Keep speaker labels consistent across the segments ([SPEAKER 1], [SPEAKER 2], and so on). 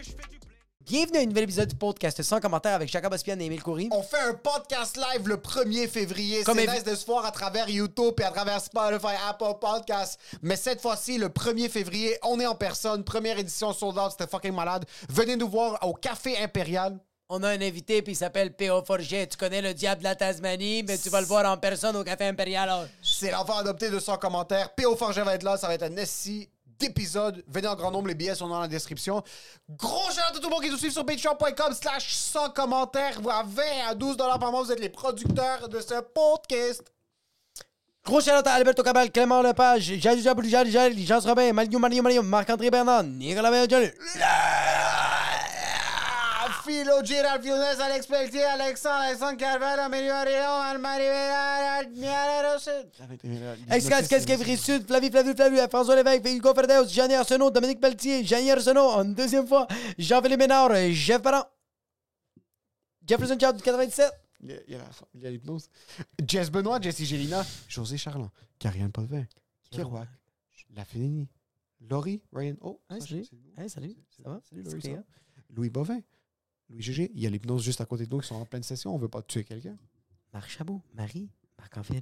[SPEAKER 1] je fais du blé.
[SPEAKER 2] Bienvenue à un nouvel épisode du podcast sans commentaire avec Jacob Ospian et Émile Coury.
[SPEAKER 3] On fait un podcast live le 1er février.
[SPEAKER 2] Comme
[SPEAKER 3] C'est
[SPEAKER 2] évi-
[SPEAKER 3] nice de se voir à travers YouTube et à travers Spotify, Apple Podcasts. Mais cette fois-ci, le 1er février, on est en personne. Première édition sold out, c'était fucking malade. Venez nous voir au Café Impérial.
[SPEAKER 2] On a un invité, puis il s'appelle P.O. Forget. Tu connais le diable de la Tasmanie, mais tu vas le voir en personne au Café Impérial.
[SPEAKER 3] C'est l'enfant adopté de 100 commentaires. P.O. Forger va être là, ça va être un SI d'épisodes. Venez en grand nombre, les billets sont dans la description. Gros shout à tout le monde qui nous suit sur patreon.com slash 100 commentaires. À 20 à 12 dollars par mois, vous êtes les producteurs de ce podcast.
[SPEAKER 2] Gros shout-out à Alberto Cabal, Clément Lepage, Jalou Jaboul, Jalou Jal, Jean Robin, Malio Malio Malio, Marc-André Bernard, Nicolas Bernard,
[SPEAKER 3] Philo, Gérald Funes, Alex Pelletier, Alexandre, Alexandre Carvalho, Emilio Réon, Almarie Védard, Admiral Rochette.
[SPEAKER 2] Excas, Cascavry Sud, Flavie, Flavie, Flavie, François Lévesque, Hugo Ferdeus, Jeannie Arsenault, Dominique Pelletier, Jeannie Arsenault, en deuxième fois, Jean-Philippe Ménard, euh, Jeff Parent, Jefferson Child du 97.
[SPEAKER 3] Il y a- il y a la- il y a l'hypnose. Jess Benoît, Jessie Gélina, José Charland, Karianne Potvin, Kerouac, La Fellini, Laurie, Ryan O.
[SPEAKER 2] Hein, salut. Hein, salut. Ça va?
[SPEAKER 3] Salut,
[SPEAKER 2] C'est
[SPEAKER 3] Laurie. ça
[SPEAKER 2] clair.
[SPEAKER 3] va? Louis Bovin, Louis Gégé. Il y a l'hypnose juste à côté de nous qui sont en pleine session. On veut pas tuer quelqu'un.
[SPEAKER 2] Marc Chabot, Marie, Marc-Antoine,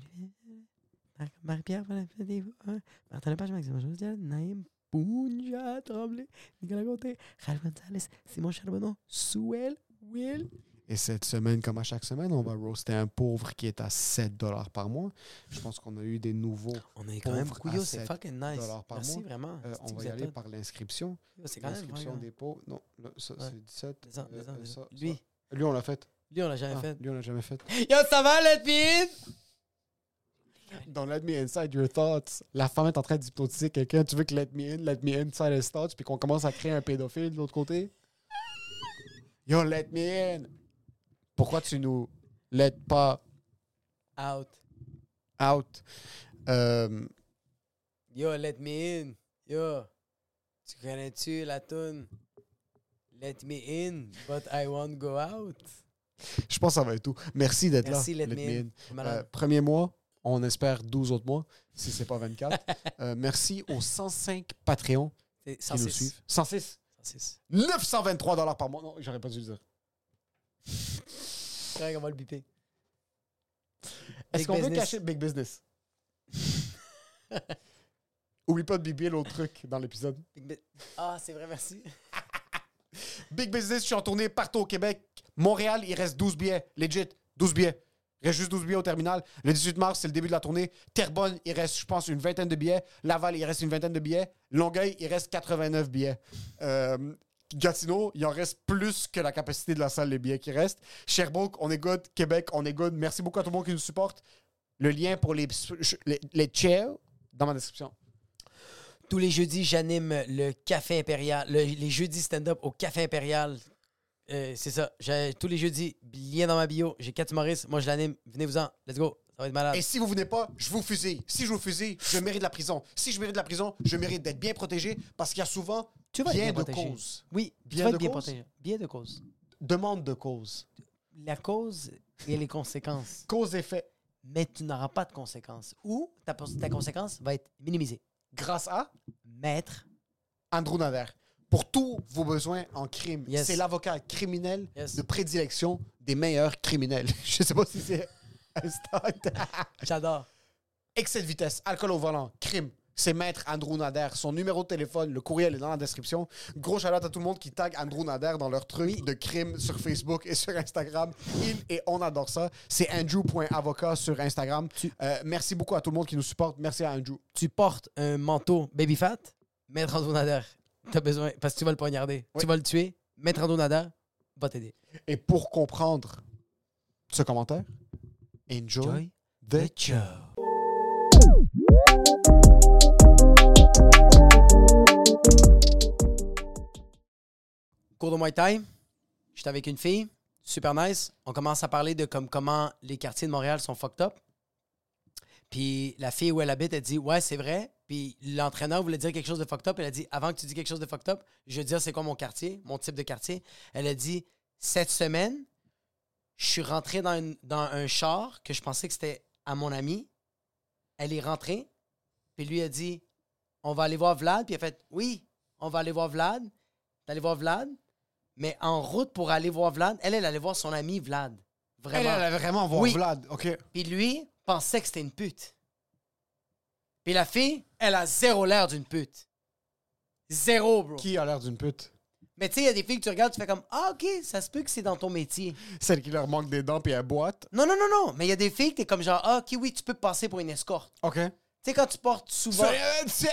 [SPEAKER 2] Marc- Marie-Pierre, voilà, faites-vous, hein. Martin Lepage, Maxime Josdial, Naïm Pounja, Tremblay, Nicolas Gauthier, Ralph Gonzalez, Simon Charbonneau, Souel, Will.
[SPEAKER 3] Et cette semaine, comme à chaque semaine, on va roaster un pauvre qui est à 7 par mois. Je pense qu'on a eu des nouveaux.
[SPEAKER 2] On est
[SPEAKER 3] quand même beaucoup, yo, c'est
[SPEAKER 2] fucking nice.
[SPEAKER 3] Merci
[SPEAKER 2] vraiment.
[SPEAKER 3] Euh, on va y aller par l'inscription.
[SPEAKER 2] C'est
[SPEAKER 3] L'inscription dépôt. Non, là, ça,
[SPEAKER 2] Ouais.
[SPEAKER 3] c'est 17.
[SPEAKER 2] Descends,
[SPEAKER 3] euh,
[SPEAKER 2] descends,
[SPEAKER 3] euh,
[SPEAKER 2] descends.
[SPEAKER 3] ça,
[SPEAKER 2] Lui.
[SPEAKER 3] ça. Lui, on l'a fait.
[SPEAKER 2] Lui, on l'a jamais
[SPEAKER 3] Ah,
[SPEAKER 2] fait.
[SPEAKER 3] Lui, on l'a jamais fait.
[SPEAKER 2] Yo, ça va, Letpine?
[SPEAKER 3] Dans Let Me Inside Your Thoughts, la femme est en train d'hypnotiser quelqu'un. Tu veux que Let Me In, Let Me Inside His Thoughts, puis qu'on commence à créer un pédophile de l'autre côté? Yo, Let Me In! Pourquoi tu nous let pas
[SPEAKER 2] Out.
[SPEAKER 3] out? Euh,
[SPEAKER 2] Yo, let me in. Yo, tu connais-tu la tune? Let me in, but I won't go out.
[SPEAKER 3] je pense que ça va être tout. Merci d'être là.
[SPEAKER 2] Merci, let, me, in.
[SPEAKER 3] Euh,
[SPEAKER 2] Malade.
[SPEAKER 3] premier mois, on espère 12 autres mois, si c'est pas 24. Euh, merci aux 105 Patreons
[SPEAKER 2] C'est
[SPEAKER 3] Euh, qui nous
[SPEAKER 2] 106.
[SPEAKER 3] suivent. 106!
[SPEAKER 2] 106.
[SPEAKER 3] 923 dollars par mois. Non, j'aurais pas dû le dire.
[SPEAKER 2] Craig, on va le biper.
[SPEAKER 3] Est-ce
[SPEAKER 2] Big
[SPEAKER 3] qu'on peut
[SPEAKER 2] business.
[SPEAKER 3] cacher Big Business? Oublie pas de biber l'autre truc dans l'épisode.
[SPEAKER 2] Big bit. Ah, c'est vrai, merci.
[SPEAKER 3] Big Business, je suis en tournée partout au Québec. Montréal, il reste 12 billets. Legit, 12 billets. Il reste juste 12 billets au terminal. Le 18 mars, c'est le début de la tournée. Terrebonne, il reste, je pense, une vingtaine de billets. Laval, il reste une vingtaine de billets. Longueuil, il reste 89 billets. Euh, Gatineau, il en reste plus que la capacité de la salle, les billets qui restent. Sherbrooke, on est good. Québec, on est good. Merci beaucoup à tout le monde qui nous supporte. Le lien pour les, les, les chairs dans ma description.
[SPEAKER 2] Tous les jeudis, j'anime le Café Impérial, le- les jeudis stand-up au Café Impérial. Euh, c'est ça. J'ai- Tous les jeudis, lien dans ma bio. J'ai quatre Maurice. Moi, je l'anime. Venez-vous-en. Let's go. Ça va être malade.
[SPEAKER 3] Et si vous venez pas, je vous fusille. Si je vous fusille, je mérite la prison. Si je mérite la prison, je mérite d'être bien protégé parce qu'il y a souvent
[SPEAKER 2] Tu vas être bien
[SPEAKER 3] bien, de
[SPEAKER 2] protégé.
[SPEAKER 3] cause.
[SPEAKER 2] Oui,
[SPEAKER 3] Bien
[SPEAKER 2] bien de
[SPEAKER 3] de
[SPEAKER 2] bien
[SPEAKER 3] cause?
[SPEAKER 2] protégé. Bien de cause.
[SPEAKER 3] Demande de cause.
[SPEAKER 2] La cause et les conséquences.
[SPEAKER 3] Cause-effet.
[SPEAKER 2] Mais tu n'auras pas de conséquences. Ou ta, pos- ta conséquence va être minimisée.
[SPEAKER 3] Grâce à
[SPEAKER 2] Maître.
[SPEAKER 3] Andrew Nader. Pour tous vos besoins en crime.
[SPEAKER 2] Yes.
[SPEAKER 3] C'est l'avocat criminel
[SPEAKER 2] Yes.
[SPEAKER 3] de prédilection des meilleurs criminels. je sais pas si c'est un stade.
[SPEAKER 2] J'adore.
[SPEAKER 3] Excès de vitesse, alcool au volant, crime. C'est maître Andrew Nader. Son numéro de téléphone, le courriel est dans la description. Gros chalote à tout le monde qui tag Andrew Nader dans leur truc de crime sur Facebook et sur Instagram. Il et on adore ça. C'est andrew.avocat sur Instagram. Euh, merci beaucoup à tout le monde qui nous supporte. Merci à Andrew.
[SPEAKER 2] Tu portes un manteau baby fat, maître Andrew Nader. T'as besoin, parce que tu vas le poignarder.
[SPEAKER 3] Oui.
[SPEAKER 2] Tu vas le tuer. Maître Andrew Nader va t'aider.
[SPEAKER 3] Et pour comprendre ce commentaire, enjoy, the show.
[SPEAKER 2] Cours de Muay Thai, j'étais avec une fille, super nice. On commence à parler de comme comment les quartiers de Montréal sont fucked up. Puis la fille où elle habite, elle dit Ouais, c'est vrai. Puis l'entraîneur voulait dire quelque chose de fucked up. Elle a dit Avant que tu dis quelque chose de fucked up, je veux dire c'est quoi mon quartier, mon type de quartier. Elle a dit Cette semaine, je suis rentré dans, une- dans un char que je pensais que c'était à mon ami. Elle est rentrée, puis lui a dit On va aller voir Vlad. Puis elle a fait Oui, on va aller voir Vlad. T'es allé voir Vlad. Mais en route pour aller voir Vlad, elle, elle allait voir son ami Vlad.
[SPEAKER 3] Elle, elle
[SPEAKER 2] Vraiment.
[SPEAKER 3] allait vraiment voir
[SPEAKER 2] Oui.
[SPEAKER 3] Vlad. OK.
[SPEAKER 2] Puis lui pensait que c'était une pute. Puis la fille, elle a zéro l'air d'une pute. Zéro, bro.
[SPEAKER 3] Qui a l'air d'une pute?
[SPEAKER 2] Mais tu sais, il y a des filles que tu regardes, tu fais comme Ah, ok, ça se peut que c'est dans ton métier.
[SPEAKER 3] Celle qui leur manque des dents puis elle boite.
[SPEAKER 2] Non, non, non, non. Mais il y a des filles que t'es comme genre Ah, ok, oui, tu peux passer pour une escorte.
[SPEAKER 3] OK.
[SPEAKER 2] Tu sais, quand tu portes souvent.
[SPEAKER 3] C'est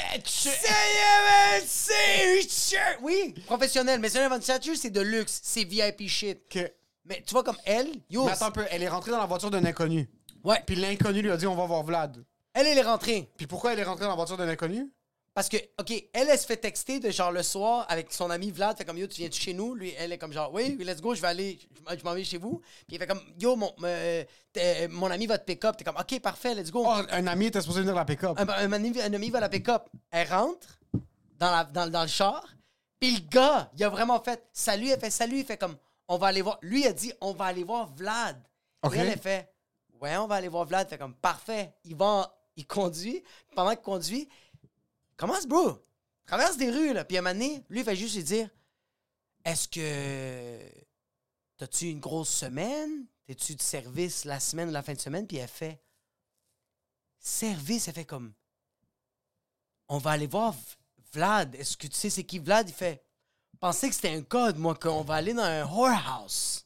[SPEAKER 2] Oui, professionnel. Mais c'est c'est de luxe. C'est VIP shit.
[SPEAKER 3] OK.
[SPEAKER 2] Mais tu vois, comme elle, yo.
[SPEAKER 3] Mais attends un peu, elle est rentrée dans la voiture d'un inconnu.
[SPEAKER 2] Ouais.
[SPEAKER 3] Puis l'inconnu lui a dit on va voir Vlad.
[SPEAKER 2] Elle, elle est rentrée.
[SPEAKER 3] Puis pourquoi elle est rentrée dans la voiture d'un inconnu?
[SPEAKER 2] Parce que, OK, elle, elle se fait texter de genre le soir avec son ami Vlad. Fait comme, yo, tu viens chez nous? Lui, elle est comme genre, oui, oui, let's go, je vais aller, je m'en- je m'en vais chez vous. Puis il fait comme, yo, mon, euh, t'es- euh, mon ami va te pick-up. T'es comme, OK, parfait, let's go.
[SPEAKER 3] Oh, un ami était supposé venir la pick-up.
[SPEAKER 2] Un, un ami, un ami va la pick-up. Elle rentre dans, la, dans, dans le char. Puis le gars, il a vraiment fait, salut, elle fait salut. Il fait comme, on va aller voir. Lui, il a dit, on va aller voir Vlad.
[SPEAKER 3] OK.
[SPEAKER 2] Et elle, elle fait, ouais, on va aller voir Vlad. Fait comme, parfait. Il va, il conduit. Pendant qu'il conduit, commence, bro. Traverse des rues, là. Puis à un moment donné, lui, il va juste lui dire, est-ce que t'as-tu une grosse semaine? T'es-tu de service la semaine ou la fin de semaine? Puis elle fait, service, elle fait comme, on va aller voir V- Vlad. Est-ce que tu sais c'est qui Vlad? Il fait, pensais que c'était un code, moi, qu'on va aller dans un whorehouse.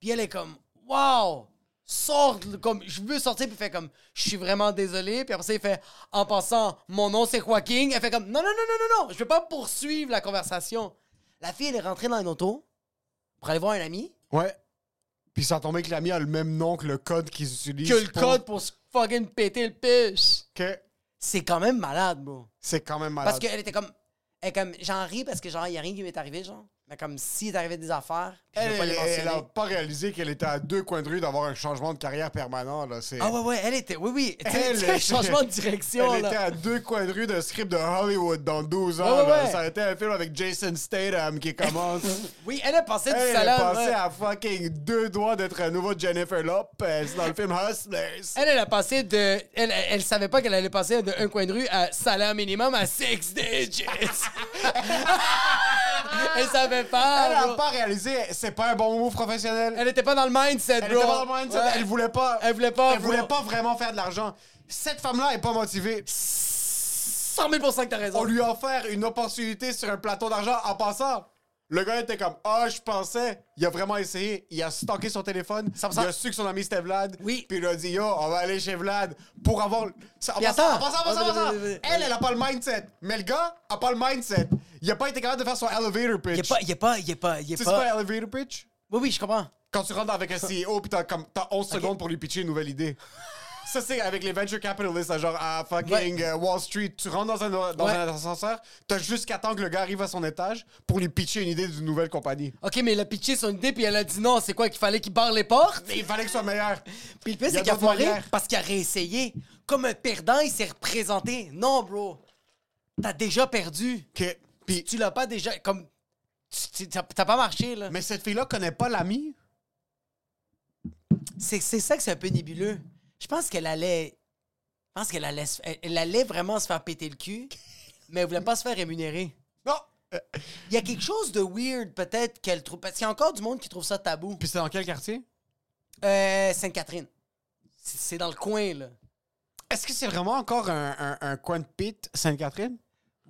[SPEAKER 2] Puis elle est comme, wow! Sors, comme, je veux sortir, puis il fait comme, je suis vraiment désolé. Puis après ça, il fait, en passant, mon nom c'est Joaquin. Elle fait comme, non, non, non, non, non, non, je veux pas poursuivre la conversation. La fille, elle est rentrée dans une auto pour aller voir un ami.
[SPEAKER 3] Ouais. Puis ça a tombé que l'ami a le même nom que le code qu'ils utilisent.
[SPEAKER 2] Que le
[SPEAKER 3] pour-
[SPEAKER 2] code pour se fucking péter le piche.
[SPEAKER 3] Ok.
[SPEAKER 2] C'est quand même malade, bro.
[SPEAKER 3] C'est quand même malade.
[SPEAKER 2] Parce qu'elle était comme, elle est comme, j'en ris parce que genre, il y a rien qui m'est arrivé, genre. Mais comme s'il est arrivé des affaires, puis je
[SPEAKER 3] Elle,
[SPEAKER 2] veux pas les
[SPEAKER 3] elle, elle a
[SPEAKER 2] mentionner.
[SPEAKER 3] pas réalisé qu'elle était à deux coins de rue d'avoir un changement de carrière permanent. Là. C'est-
[SPEAKER 2] Ah ouais, ouais, elle était, oui, oui. Tu sais,
[SPEAKER 3] Elle
[SPEAKER 2] tu sais,
[SPEAKER 3] était-
[SPEAKER 2] changement de direction,
[SPEAKER 3] Elle
[SPEAKER 2] là.
[SPEAKER 3] était à deux coins de rue d'un script de Hollywood dans 12 ans.
[SPEAKER 2] Ouais, ouais,
[SPEAKER 3] là.
[SPEAKER 2] ouais.
[SPEAKER 3] Ça a été un film avec Jason Statham qui commence.
[SPEAKER 2] Oui, elle a passé du
[SPEAKER 3] elle est
[SPEAKER 2] salade.
[SPEAKER 3] passée
[SPEAKER 2] ouais.
[SPEAKER 3] à fucking deux doigts d'être un nouveau Jennifer Lopez dans le film Hustlers.
[SPEAKER 2] Elle, elle a passé de. Elle, elle, elle savait pas qu'elle allait passer de un coin de rue à salaire minimum à six digits. elle savait pas.
[SPEAKER 3] Elle n'a
[SPEAKER 2] bro.
[SPEAKER 3] pas réalisé, c'est pas un bon move professionnel.
[SPEAKER 2] Elle était pas dans le mindset,
[SPEAKER 3] Elle
[SPEAKER 2] bro.
[SPEAKER 3] était pas dans le mindset,
[SPEAKER 2] Ouais.
[SPEAKER 3] elle voulait pas.
[SPEAKER 2] Elle voulait pas,
[SPEAKER 3] Elle voulait
[SPEAKER 2] bro.
[SPEAKER 3] pas vraiment faire de l'argent. Cette femme-là est pas motivée.
[SPEAKER 2] 100 000 que t'as raison.
[SPEAKER 3] On lui a offert une opportunité sur un plateau d'argent en passant. Le gars était comme Ah, je pensais. Il a vraiment essayé. Il a stocké son téléphone. Il a su que son ami c'était Vlad.
[SPEAKER 2] Oui.
[SPEAKER 3] Puis il a dit Yo, on va aller chez Vlad pour avoir. Ça- En
[SPEAKER 2] Puis
[SPEAKER 3] passant, en
[SPEAKER 2] attends.
[SPEAKER 3] passant, en passant, en passant.
[SPEAKER 2] Vas-y, vas-y, vas-y.
[SPEAKER 3] Elle, elle a pas le mindset. Mais le gars a pas le mindset. Il a pas été capable de faire son elevator pitch.
[SPEAKER 2] Il est pas. Il est pas. Il est pas. Il
[SPEAKER 3] Tu
[SPEAKER 2] est
[SPEAKER 3] sais, c'est
[SPEAKER 2] pas.
[SPEAKER 3] pas elevator pitch?
[SPEAKER 2] Oui, oui, je comprends.
[SPEAKER 3] Quand tu rentres avec un CEO puis t'as comme t'as 11 secondes pour lui pitcher une nouvelle idée. Ça c'est avec les venture capitalists, là, genre à fucking euh, Wall Street, tu rentres dans un dans
[SPEAKER 2] Ouais.
[SPEAKER 3] un ascenseur, t'as jusqu'à temps que le gars arrive à son étage pour lui pitcher une idée d'une nouvelle compagnie.
[SPEAKER 2] Ok, mais elle a pitché son idée, puis elle a dit non, c'est quoi qu'il fallait qu'il barre les portes?
[SPEAKER 3] Mais il fallait que ce soit meilleur.
[SPEAKER 2] Puis le pire,
[SPEAKER 3] Il y a
[SPEAKER 2] c'est qu'il a
[SPEAKER 3] d'autres
[SPEAKER 2] foiré
[SPEAKER 3] manières.
[SPEAKER 2] parce qu'il a réessayé. Comme un perdant, il s'est représenté. Non, bro. T'as déjà perdu.
[SPEAKER 3] Ok. Puis
[SPEAKER 2] Tu l'as pas déjà. Comme. tu- tu- T'as t'as pas marché, là.
[SPEAKER 3] mais cette fille là connaît pas l'ami.
[SPEAKER 2] C'est c'est ça que c'est un peu nébuleux. Je pense qu'elle allait. Je pense qu'elle allait, se- elle- elle allait vraiment se faire péter le cul, mais elle voulait pas se faire rémunérer.
[SPEAKER 3] Non. Euh,
[SPEAKER 2] Il y a quelque chose de weird, peut-être, qu'elle trouve. Parce qu'il y a encore du monde qui trouve ça tabou.
[SPEAKER 3] Puis c'est dans quel quartier
[SPEAKER 2] Euh, Sainte-Catherine. C'est c'est dans le coin, là.
[SPEAKER 3] Est-ce que c'est vraiment encore un, un- un coin de pit Sainte-Catherine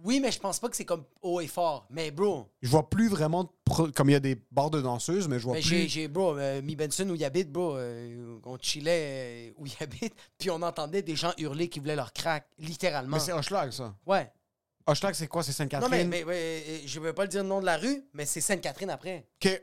[SPEAKER 2] Oui, mais je pense pas que c'est comme haut et fort. Mais bro,
[SPEAKER 3] Je vois plus vraiment de pro- comme il y a des bars de danseuses, mais je vois
[SPEAKER 2] Mais j'ai,
[SPEAKER 3] plus.
[SPEAKER 2] j'ai, bro, euh, Mi Benson où il habite, bro, euh, on chillait euh, où il habite, puis on entendait des gens hurler qui voulaient leur crack, littéralement.
[SPEAKER 3] Mais c'est Hochelag ça.
[SPEAKER 2] Ouais.
[SPEAKER 3] Hochelag c'est quoi C'est
[SPEAKER 2] Non, mais,
[SPEAKER 3] Sainte-Catherine.
[SPEAKER 2] mais, mais, euh, je veux pas le dire le nom de la rue, mais c'est Sainte-Catherine après.
[SPEAKER 3] Ok.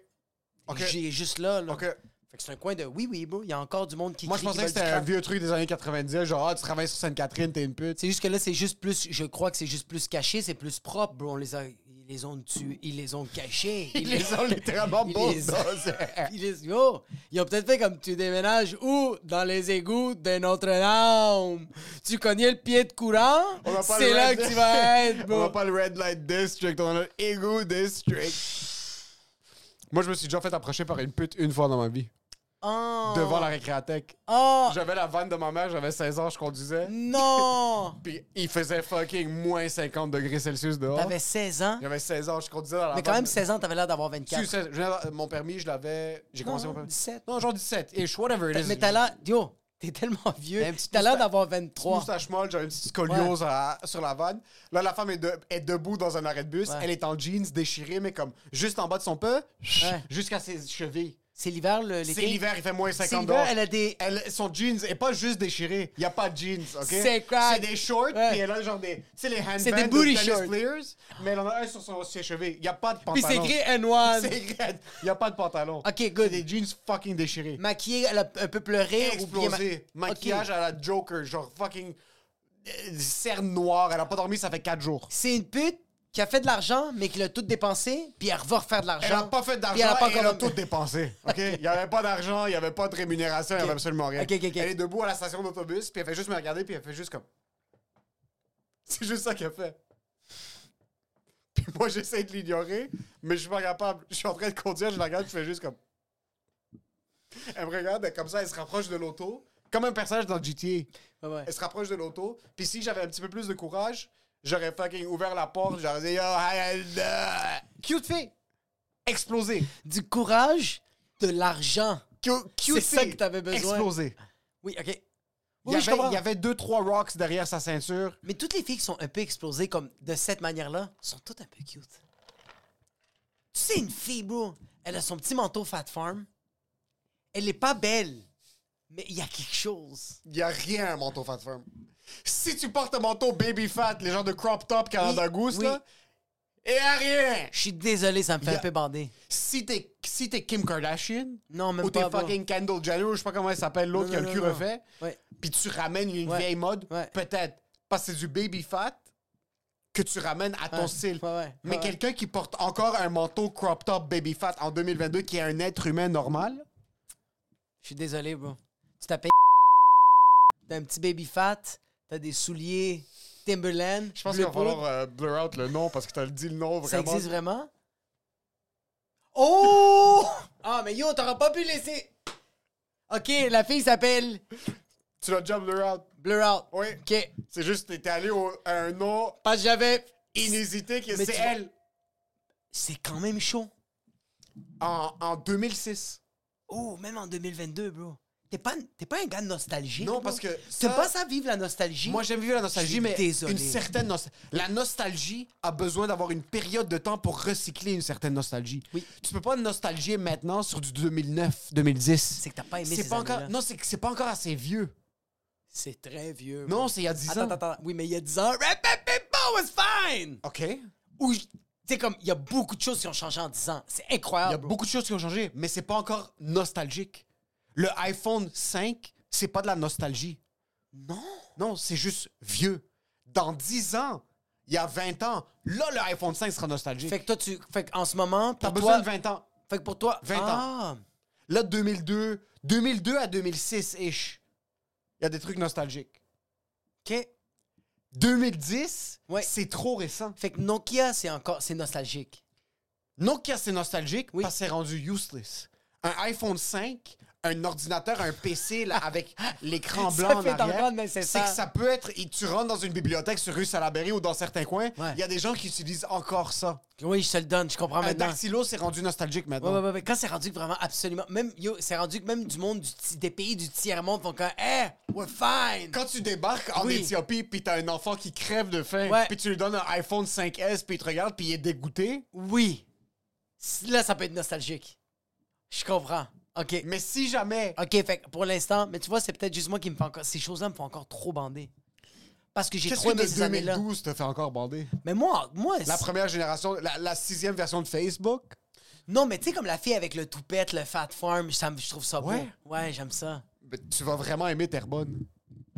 [SPEAKER 3] Ok.
[SPEAKER 2] J'ai juste là, là.
[SPEAKER 3] Ok.
[SPEAKER 2] Fait que c'est un coin de oui, oui, bro, il y a encore du monde qui
[SPEAKER 3] Moi, je
[SPEAKER 2] crie, qui
[SPEAKER 3] pensais
[SPEAKER 2] veulent
[SPEAKER 3] que
[SPEAKER 2] du
[SPEAKER 3] c'était un
[SPEAKER 2] crack.
[SPEAKER 3] vieux truc des années 90, genre, ah, tu travailles sur Sainte-Catherine, t'es une pute.
[SPEAKER 2] C'est juste que là, c'est juste plus, je crois que c'est juste plus caché, c'est plus propre, bro. On les a, les ont tués, ils les ont cachés.
[SPEAKER 3] Ils les ont
[SPEAKER 2] Ils
[SPEAKER 3] littéralement
[SPEAKER 2] les-
[SPEAKER 3] bulldozés.
[SPEAKER 2] Ils les- yo, ils ont oh, peut-être fait comme tu déménages où Dans les égouts de Notre-Dame. Tu connais le pied de courant
[SPEAKER 3] On va pas
[SPEAKER 2] C'est
[SPEAKER 3] le
[SPEAKER 2] là
[SPEAKER 3] red-
[SPEAKER 2] que tu vas être,
[SPEAKER 3] On
[SPEAKER 2] bro.
[SPEAKER 3] n'a pas le Red Light District, on a le Ego District. Moi, je me suis déjà fait approcher par une pute une fois dans ma vie.
[SPEAKER 2] Oh.
[SPEAKER 3] Devant la récréathèque.
[SPEAKER 2] Oh
[SPEAKER 3] J'avais la vanne de ma mère, j'avais 16 ans, je conduisais.
[SPEAKER 2] non
[SPEAKER 3] Puis il faisait fucking moins 50 degrés Celsius dehors.
[SPEAKER 2] T'avais 16 ans
[SPEAKER 3] J'avais 16 ans, je conduisais dans la
[SPEAKER 2] Mais quand
[SPEAKER 3] vanne.
[SPEAKER 2] même, 16 ans, t'avais l'air d'avoir
[SPEAKER 3] Si,
[SPEAKER 2] 24.
[SPEAKER 3] 16, je venais d'avoir- mon permis, je l'avais. J'ai commencé mon
[SPEAKER 2] Non,
[SPEAKER 3] permis.
[SPEAKER 2] 17.
[SPEAKER 3] Non, genre 17. Ish, whatever it is.
[SPEAKER 2] Mais t'as l'air. Yo, t'es tellement vieux.
[SPEAKER 3] T'as un petit
[SPEAKER 2] T'as l'air
[SPEAKER 3] moustache-
[SPEAKER 2] d'avoir 23.
[SPEAKER 3] Moustache molle, j'avais une petite scoliose à- sur la vanne. Là, la femme est, de- est debout dans un arrêt de bus.
[SPEAKER 2] Ouais.
[SPEAKER 3] Elle est en jeans déchirée, mais comme juste en bas de son peu,
[SPEAKER 2] Ouais.
[SPEAKER 3] jusqu'à ses chevilles.
[SPEAKER 2] C'est l'hiver, le- l'été.
[SPEAKER 3] C'est l'hiver, il fait moins
[SPEAKER 2] C'est
[SPEAKER 3] 50
[SPEAKER 2] l'hiver,
[SPEAKER 3] dehors.
[SPEAKER 2] elle a des.
[SPEAKER 3] Elle- son jeans est pas juste déchiré. Il n'y a pas de jeans, OK?
[SPEAKER 2] C'est crack.
[SPEAKER 3] C'est des shorts,
[SPEAKER 2] Ouais.
[SPEAKER 3] puis elle a genre des... Tu sais, les handbands
[SPEAKER 2] C'est des
[SPEAKER 3] de
[SPEAKER 2] booty
[SPEAKER 3] tennis
[SPEAKER 2] shorts.
[SPEAKER 3] players, mais elle en a un sur son, ses cheveux. Il n'y a pas de
[SPEAKER 2] Puis
[SPEAKER 3] pantalon.
[SPEAKER 2] c'est gris N1.
[SPEAKER 3] C'est gris. Il n'y a pas de pantalon.
[SPEAKER 2] Ok,
[SPEAKER 3] C'est
[SPEAKER 2] good.
[SPEAKER 3] des jeans fucking déchirés.
[SPEAKER 2] Maquillée, elle a un peu pleuré. ou bien ma-
[SPEAKER 3] Explosé. Maquillage
[SPEAKER 2] Ok.
[SPEAKER 3] à la Joker, genre fucking... euh, Cerne noire. Elle a pas dormi, ça fait 4 jours.
[SPEAKER 2] C'est une pute qui a fait de l'argent, mais qui l'a tout dépensé, puis elle va refaire de l'argent.
[SPEAKER 3] Elle n'a pas fait
[SPEAKER 2] Puis
[SPEAKER 3] d'argent,
[SPEAKER 2] elle a
[SPEAKER 3] elle,
[SPEAKER 2] pas
[SPEAKER 3] elle a
[SPEAKER 2] encore-
[SPEAKER 3] tout dépensé. OK? Il n'y avait pas d'argent, il n'y avait pas de rémunération, il n'y
[SPEAKER 2] Ok.
[SPEAKER 3] avait absolument rien.
[SPEAKER 2] Ok, ok, ok.
[SPEAKER 3] Elle est debout à la station d'autobus, puis elle fait juste me regarder, puis elle fait juste comme. C'est juste ça qu'elle fait. Puis moi, j'essaie de l'ignorer, mais je suis pas capable. Je suis en train de conduire, je la regarde, je fais juste comme. Elle me regarde, elle- comme ça, elle se rapproche de l'auto, comme un personnage dans GTA.
[SPEAKER 2] Ouais, ouais.
[SPEAKER 3] Elle se rapproche de l'auto, puis si j'avais un petit peu plus de courage, j'aurais fucking ouvert la porte, j'aurais dit Yo, hi, hi, hi. cute fille! Explosé!
[SPEAKER 2] Du courage, de l'argent.
[SPEAKER 3] C'est
[SPEAKER 2] ça que t'avais besoin.
[SPEAKER 3] Explosé.
[SPEAKER 2] Oui, OK. Oui,
[SPEAKER 3] Il y,
[SPEAKER 2] je
[SPEAKER 3] avait,
[SPEAKER 2] comprends.
[SPEAKER 3] il y avait deux, trois rocks derrière sa ceinture.
[SPEAKER 2] Mais toutes les filles qui sont un peu explosées comme de cette manière-là sont toutes un peu cute. Tu sais, une fille, bro, elle a son petit manteau Fat Farm. Elle est pas belle, mais il y a quelque chose.
[SPEAKER 3] Il n'y a rien à un manteau fat firm. Si tu portes un manteau baby fat, les gens de crop top Canada
[SPEAKER 2] Oui,
[SPEAKER 3] Goose,
[SPEAKER 2] oui.
[SPEAKER 3] là, et à rien!
[SPEAKER 2] Je suis désolé, ça me fait
[SPEAKER 3] Il y a-
[SPEAKER 2] un peu bander.
[SPEAKER 3] Si t'es si t'es Kim Kardashian,
[SPEAKER 2] Non, même
[SPEAKER 3] ou Oh, t'es
[SPEAKER 2] pas. bro.
[SPEAKER 3] fucking Kendall Jenner, ou je sais pas comment elle s'appelle, l'autre
[SPEAKER 2] Non,
[SPEAKER 3] qui a
[SPEAKER 2] non,
[SPEAKER 3] le cul
[SPEAKER 2] non, non.
[SPEAKER 3] refait,
[SPEAKER 2] Ouais.
[SPEAKER 3] puis tu ramènes une
[SPEAKER 2] Ouais.
[SPEAKER 3] vieille mode,
[SPEAKER 2] Ouais.
[SPEAKER 3] peut-être. Parce que c'est du baby fat que tu ramènes à ton
[SPEAKER 2] Ouais.
[SPEAKER 3] style.
[SPEAKER 2] Ouais, ouais.
[SPEAKER 3] Mais
[SPEAKER 2] Ouais.
[SPEAKER 3] quelqu'un qui porte encore un manteau crop top baby fat en 2022 qui est un être humain normal,
[SPEAKER 2] Je suis désolé, bro. Tu t'appelles. T'as un petit baby fat, t'as des souliers Timberland.
[SPEAKER 3] je pense qu'il
[SPEAKER 2] bleu
[SPEAKER 3] va
[SPEAKER 2] poudre.
[SPEAKER 3] falloir euh, blur out le nom parce que t'as dit le nom
[SPEAKER 2] Ça
[SPEAKER 3] vraiment.
[SPEAKER 2] existe vraiment? Oh! Ah, mais yo, t'auras pas pu laisser. Ok, la fille s'appelle
[SPEAKER 3] Tu l'as déjà blur out.
[SPEAKER 2] Blur Out.
[SPEAKER 3] Oui.
[SPEAKER 2] Ok.
[SPEAKER 3] C'est juste que t'es allé au- à un nom
[SPEAKER 2] Parce que j'avais.
[SPEAKER 3] inusité qui
[SPEAKER 2] Mais tu
[SPEAKER 3] c'est
[SPEAKER 2] vois-
[SPEAKER 3] elle
[SPEAKER 2] C'est quand même chaud.
[SPEAKER 3] en, en 2006.
[SPEAKER 2] Oh, même en 2022, bro. T'es pas, t'es pas un gars nostalgique.
[SPEAKER 3] Non,
[SPEAKER 2] bro.
[SPEAKER 3] parce que ça-
[SPEAKER 2] T'aimes pas ça vivre la nostalgie?
[SPEAKER 3] Moi, j'aime vivre la
[SPEAKER 2] Je
[SPEAKER 3] nostalgie,
[SPEAKER 2] suis
[SPEAKER 3] mais
[SPEAKER 2] désolé.
[SPEAKER 3] une certaine nostalgie. La nostalgie a besoin d'avoir une période de temps pour recycler une certaine nostalgie.
[SPEAKER 2] Oui.
[SPEAKER 3] Tu peux pas nostalgier maintenant sur du 2009, 2010.
[SPEAKER 2] C'est que t'as pas aimé
[SPEAKER 3] C'est
[SPEAKER 2] ces
[SPEAKER 3] pas encore.
[SPEAKER 2] années-là.
[SPEAKER 3] Non, c'est que c'est pas encore assez vieux.
[SPEAKER 2] C'est très vieux. bro.
[SPEAKER 3] Non, c'est il y a 10
[SPEAKER 2] Attends,
[SPEAKER 3] ans.
[SPEAKER 2] attends, attends. Oui, mais il y a 10 ans. Rap, rap, rap, boom, it's fine!
[SPEAKER 3] OK. Il
[SPEAKER 2] Ou, tu sais, comme, il y a beaucoup de choses qui ont changé en 10 ans. C'est
[SPEAKER 3] y a
[SPEAKER 2] incroyable. bro.
[SPEAKER 3] beaucoup de choses qui ont changé, mais c'est pas encore nostalgique. Le iPhone 5, c'est pas de la nostalgie.
[SPEAKER 2] Non!
[SPEAKER 3] Non, c'est juste vieux. Dans 10 ans, il y a 20 ans, là, le iPhone 5 sera nostalgique.
[SPEAKER 2] Fait que toi, tu. Fait qu'en ce moment,
[SPEAKER 3] T'as
[SPEAKER 2] pour
[SPEAKER 3] besoin
[SPEAKER 2] toi.
[SPEAKER 3] de 20 ans.
[SPEAKER 2] Fait que pour toi.
[SPEAKER 3] 20 ans.
[SPEAKER 2] ah,
[SPEAKER 3] Là, 2002, 2002 à 2006-ish, il y a des trucs nostalgiques.
[SPEAKER 2] OK.
[SPEAKER 3] 2010,
[SPEAKER 2] Ouais.
[SPEAKER 3] c'est trop récent.
[SPEAKER 2] Fait que Nokia, c'est encore. C'est nostalgique.
[SPEAKER 3] Nokia, c'est nostalgique
[SPEAKER 2] Oui.
[SPEAKER 3] parce que c'est rendu useless. Un iPhone 5, un ordinateur, un PC là, avec l'écran
[SPEAKER 2] Ça
[SPEAKER 3] blanc en
[SPEAKER 2] fait
[SPEAKER 3] arrière,
[SPEAKER 2] encore nécessaire.
[SPEAKER 3] c'est que ça peut être... et Tu rentres dans une bibliothèque sur rue Salaberry ou dans certains coins, il
[SPEAKER 2] Ouais.
[SPEAKER 3] y a des gens qui utilisent encore ça.
[SPEAKER 2] Oui, je te le donne, je comprends
[SPEAKER 3] Un
[SPEAKER 2] maintenant.
[SPEAKER 3] dactylo, c'est rendu nostalgique
[SPEAKER 2] Ouais,
[SPEAKER 3] maintenant.
[SPEAKER 2] ouais, ouais, ouais. Quand c'est rendu que vraiment absolument. Même, yo, c'est rendu que même du monde, du, ti- des pays du tiers-monde font quand. Hey, we're fine!
[SPEAKER 3] Quand tu débarques en
[SPEAKER 2] Oui.
[SPEAKER 3] Éthiopie, puis t'as un enfant qui crève de faim,
[SPEAKER 2] Ouais.
[SPEAKER 3] puis tu lui donnes un iPhone 5S, puis il te regarde, puis il est dégoûté.
[SPEAKER 2] Oui! C- Là, ça peut être nostalgique. Je comprends. OK.
[SPEAKER 3] Mais si jamais...
[SPEAKER 2] OK, fait que pour l'instant, mais tu vois, c'est peut-être juste moi qui me fait encore. Ces choses-là me font encore trop bander. Parce que j'ai
[SPEAKER 3] Qu'est-ce
[SPEAKER 2] trop
[SPEAKER 3] que
[SPEAKER 2] aimé ces
[SPEAKER 3] de
[SPEAKER 2] années-là.
[SPEAKER 3] 2012 te fait encore bander?
[SPEAKER 2] Mais moi, moi.
[SPEAKER 3] La
[SPEAKER 2] c'est-
[SPEAKER 3] première génération, la, la sixième version de Facebook?
[SPEAKER 2] Non, mais tu sais, comme la fille avec le toupette, le fat farm, ça me- je trouve ça beau.
[SPEAKER 3] Ouais.
[SPEAKER 2] Ouais, j'aime ça.
[SPEAKER 3] Ben, tu vas vraiment aimer Terrebonne.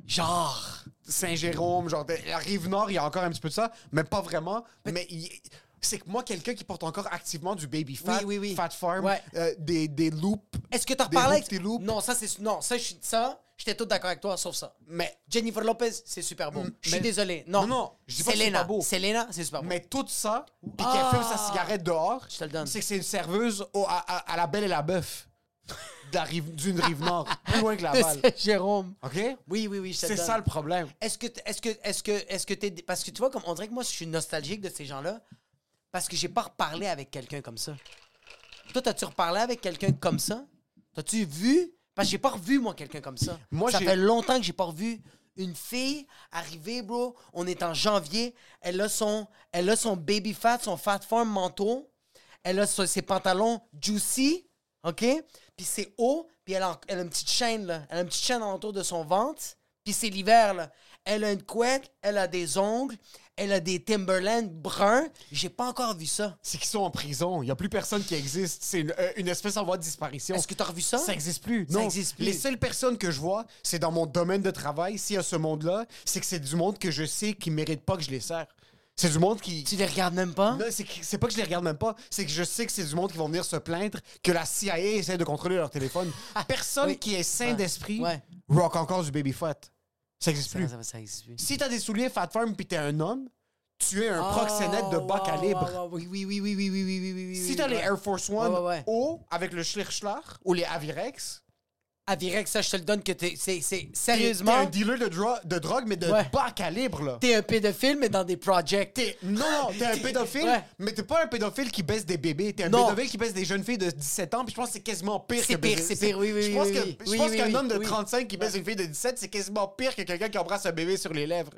[SPEAKER 2] Genre.
[SPEAKER 3] Saint-Jérôme, genre, de- la Rive-Nord, il y a encore un petit peu de ça, mais pas vraiment. Mais il- c'est que moi, quelqu'un qui porte encore activement du baby fat,
[SPEAKER 2] Oui, oui, oui.
[SPEAKER 3] fat farm,
[SPEAKER 2] Ouais.
[SPEAKER 3] euh, des, des loops.
[SPEAKER 2] Est-ce que t'as
[SPEAKER 3] Des
[SPEAKER 2] reparlé
[SPEAKER 3] loops, des loops.
[SPEAKER 2] Non, ça, c'est. Non, ça, je suis- ça, j'étais tout d'accord avec toi, sauf ça.
[SPEAKER 3] Mais,
[SPEAKER 2] Jennifer Lopez, c'est super beau.
[SPEAKER 3] Mm,
[SPEAKER 2] Je suis
[SPEAKER 3] mais-
[SPEAKER 2] désolé. Non,
[SPEAKER 3] Non, non, je dis pas que c'est
[SPEAKER 2] Selena.
[SPEAKER 3] pas beau.
[SPEAKER 2] Selena, c'est super beau.
[SPEAKER 3] mais tout ça, puis
[SPEAKER 2] Ah.
[SPEAKER 3] qu'elle fume sa cigarette dehors,
[SPEAKER 2] Je te le donne.
[SPEAKER 3] c'est que c'est une serveuse au- à, à- à la belle et la bœuf. De la rive- D'une rive nord, plus loin que Laval.
[SPEAKER 2] Jérôme.
[SPEAKER 3] OK?
[SPEAKER 2] Oui, oui, oui, je te le
[SPEAKER 3] C'est
[SPEAKER 2] donne.
[SPEAKER 3] ça le problème.
[SPEAKER 2] Est-ce que, t- est-ce que, est-ce que, est-ce que t'es, parce que tu vois, comme on dirait que moi, je suis nostalgique de ces gens-là, parce que j'ai pas reparlé avec quelqu'un comme ça. Toi, t'as-tu reparlé avec quelqu'un comme ça T'as-tu vu Parce que j'ai pas revu moi quelqu'un comme ça.
[SPEAKER 3] Moi,
[SPEAKER 2] ça
[SPEAKER 3] j'ai-
[SPEAKER 2] fait longtemps que j'ai pas revu une fille arriver, bro. On est en janvier. Elle a son, elle a son baby fat, son fat form manteau. Elle a son- ses pantalons juicy, ok Puis c'est haut. Puis elle a, elle a une petite chaîne là. Elle a une petite chaîne autour de son ventre. Puis c'est l'hiver là. Elle a une couette. Elle a des ongles. Elle a des Timberland bruns. J'ai pas encore vu ça.
[SPEAKER 3] C'est qu'ils sont en prison. Il n'y a plus personne qui existe. C'est une, euh, une espèce en voie de disparition.
[SPEAKER 2] Est-ce que t'as revu ça
[SPEAKER 3] Ça n'existe plus.
[SPEAKER 2] Ça
[SPEAKER 3] Non.
[SPEAKER 2] existe plus.
[SPEAKER 3] Les seules personnes que je vois, c'est dans mon domaine de travail, s'il y a ce monde-là, c'est que c'est du monde que je sais qui mérite pas que je les sers. C'est du monde qui.
[SPEAKER 2] Tu les regardes même pas
[SPEAKER 3] Non, c'est que- c'est pas que je les regarde même pas, c'est que je sais que c'est du monde qui vont venir se plaindre que la CIA essaie de contrôler leur téléphone. Personne
[SPEAKER 2] Ah, Oui.
[SPEAKER 3] qui est sain
[SPEAKER 2] Ouais.
[SPEAKER 3] d'esprit
[SPEAKER 2] Ouais.
[SPEAKER 3] rock encore du baby fat. Ça n'existe plus.
[SPEAKER 2] Ça, ça, ça existe plus.
[SPEAKER 3] Si t'as des souliers fat farm puis t'es un homme, tu es un
[SPEAKER 2] Ah,
[SPEAKER 3] proxénète de bas
[SPEAKER 2] ouais,
[SPEAKER 3] calibre.
[SPEAKER 2] ouais, ouais, oh, Oui, oui, oui, oui, oui, oui, oui, oui, oui.
[SPEAKER 3] Si t'as les Air Force One
[SPEAKER 2] Ouais, ouais, ouais.
[SPEAKER 3] haut avec le Schlirschlar ou les Avirex,
[SPEAKER 2] Avirec, Ah, ça, je te le donne que t'es. c'est- c'est-
[SPEAKER 3] t'es t'es un
[SPEAKER 2] Sérieusement,
[SPEAKER 3] dealer de, dro- de drogue, mais de
[SPEAKER 2] Ouais.
[SPEAKER 3] bas calibre, là.
[SPEAKER 2] t'es un pédophile, mais dans des projects.
[SPEAKER 3] T'es- Non, non, t'es un pédophile,
[SPEAKER 2] Ouais.
[SPEAKER 3] mais t'es pas un pédophile qui baisse des bébés. T'es un
[SPEAKER 2] Non.
[SPEAKER 3] pédophile qui baisse des jeunes filles de 17 ans, puis je pense que c'est quasiment pire
[SPEAKER 2] C'est
[SPEAKER 3] que baiser-
[SPEAKER 2] pire, c'est pire, oui, oui,
[SPEAKER 3] Je pense
[SPEAKER 2] oui,
[SPEAKER 3] que-
[SPEAKER 2] oui,
[SPEAKER 3] je
[SPEAKER 2] oui,
[SPEAKER 3] pense
[SPEAKER 2] oui,
[SPEAKER 3] qu'un
[SPEAKER 2] oui,
[SPEAKER 3] homme de
[SPEAKER 2] oui.
[SPEAKER 3] 35 qui baisse une fille de 17, c'est quasiment pire que quelqu'un qui embrasse un bébé sur les lèvres.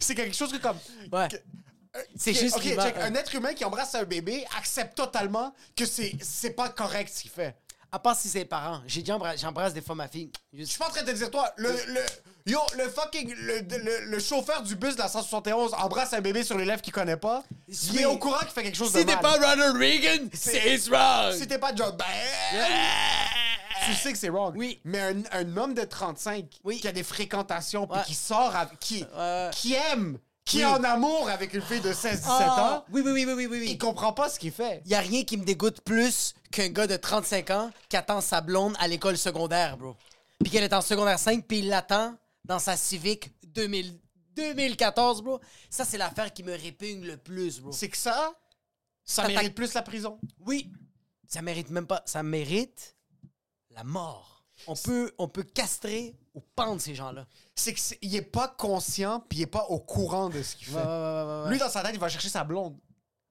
[SPEAKER 3] C'est quelque chose que comme...
[SPEAKER 2] Ouais.
[SPEAKER 3] que-
[SPEAKER 2] C'est
[SPEAKER 3] Ok,
[SPEAKER 2] juste
[SPEAKER 3] ok,
[SPEAKER 2] qu'il va- euh.
[SPEAKER 3] check, un être humain qui embrasse un bébé accepte totalement que c'est c'est pas correct ce qu'il fait.
[SPEAKER 2] À part si c'est les parents. J'ai dit, embra- j'embrasse des fois ma fille.
[SPEAKER 3] Je
[SPEAKER 2] Juste-
[SPEAKER 3] suis pas en train de te dire toi, le, le- yo, le fucking le, le- le chauffeur du bus de la 171 embrasse un bébé sur les lèvres qu'il connaît pas. Il
[SPEAKER 2] Oui.
[SPEAKER 3] est au courant qu'il fait quelque chose de
[SPEAKER 2] Si t'es
[SPEAKER 3] mal.
[SPEAKER 2] pas Ronald Reagan, c'est it's wrong.
[SPEAKER 3] Si t'es pas John, ben, tu sais que c'est wrong.
[SPEAKER 2] Oui.
[SPEAKER 3] Mais un, un homme de 35
[SPEAKER 2] Oui.
[SPEAKER 3] qui a des fréquentations puis
[SPEAKER 2] Ouais.
[SPEAKER 3] qui sort avec- qui
[SPEAKER 2] Ouais.
[SPEAKER 3] qui aime, qui
[SPEAKER 2] Oui.
[SPEAKER 3] est en amour avec une fille de 16 17
[SPEAKER 2] Ah,
[SPEAKER 3] ans,
[SPEAKER 2] Oui, oui, oui, oui, oui, oui, oui.
[SPEAKER 3] il comprend pas ce qu'il fait.
[SPEAKER 2] Il n'y a rien qui me dégoûte plus qu'un gars de 35 ans qui attend sa blonde à l'école secondaire, bro. Puis qu'elle est en secondaire 5, puis il l'attend dans sa Civic 2000 2014, bro. Ça, c'est l'affaire qui me répugne le plus, bro.
[SPEAKER 3] C'est que ça
[SPEAKER 2] Ça
[SPEAKER 3] ça
[SPEAKER 2] t'a-
[SPEAKER 3] mérite plus la prison.
[SPEAKER 2] Oui, ça mérite même pas. Ça mérite la mort. On peut, on peut castrer ou pendre ces gens-là.
[SPEAKER 3] C'est qu'il est pas conscient puis il est pas au courant de ce qu'il fait. Lui, dans sa tête, il va chercher sa blonde.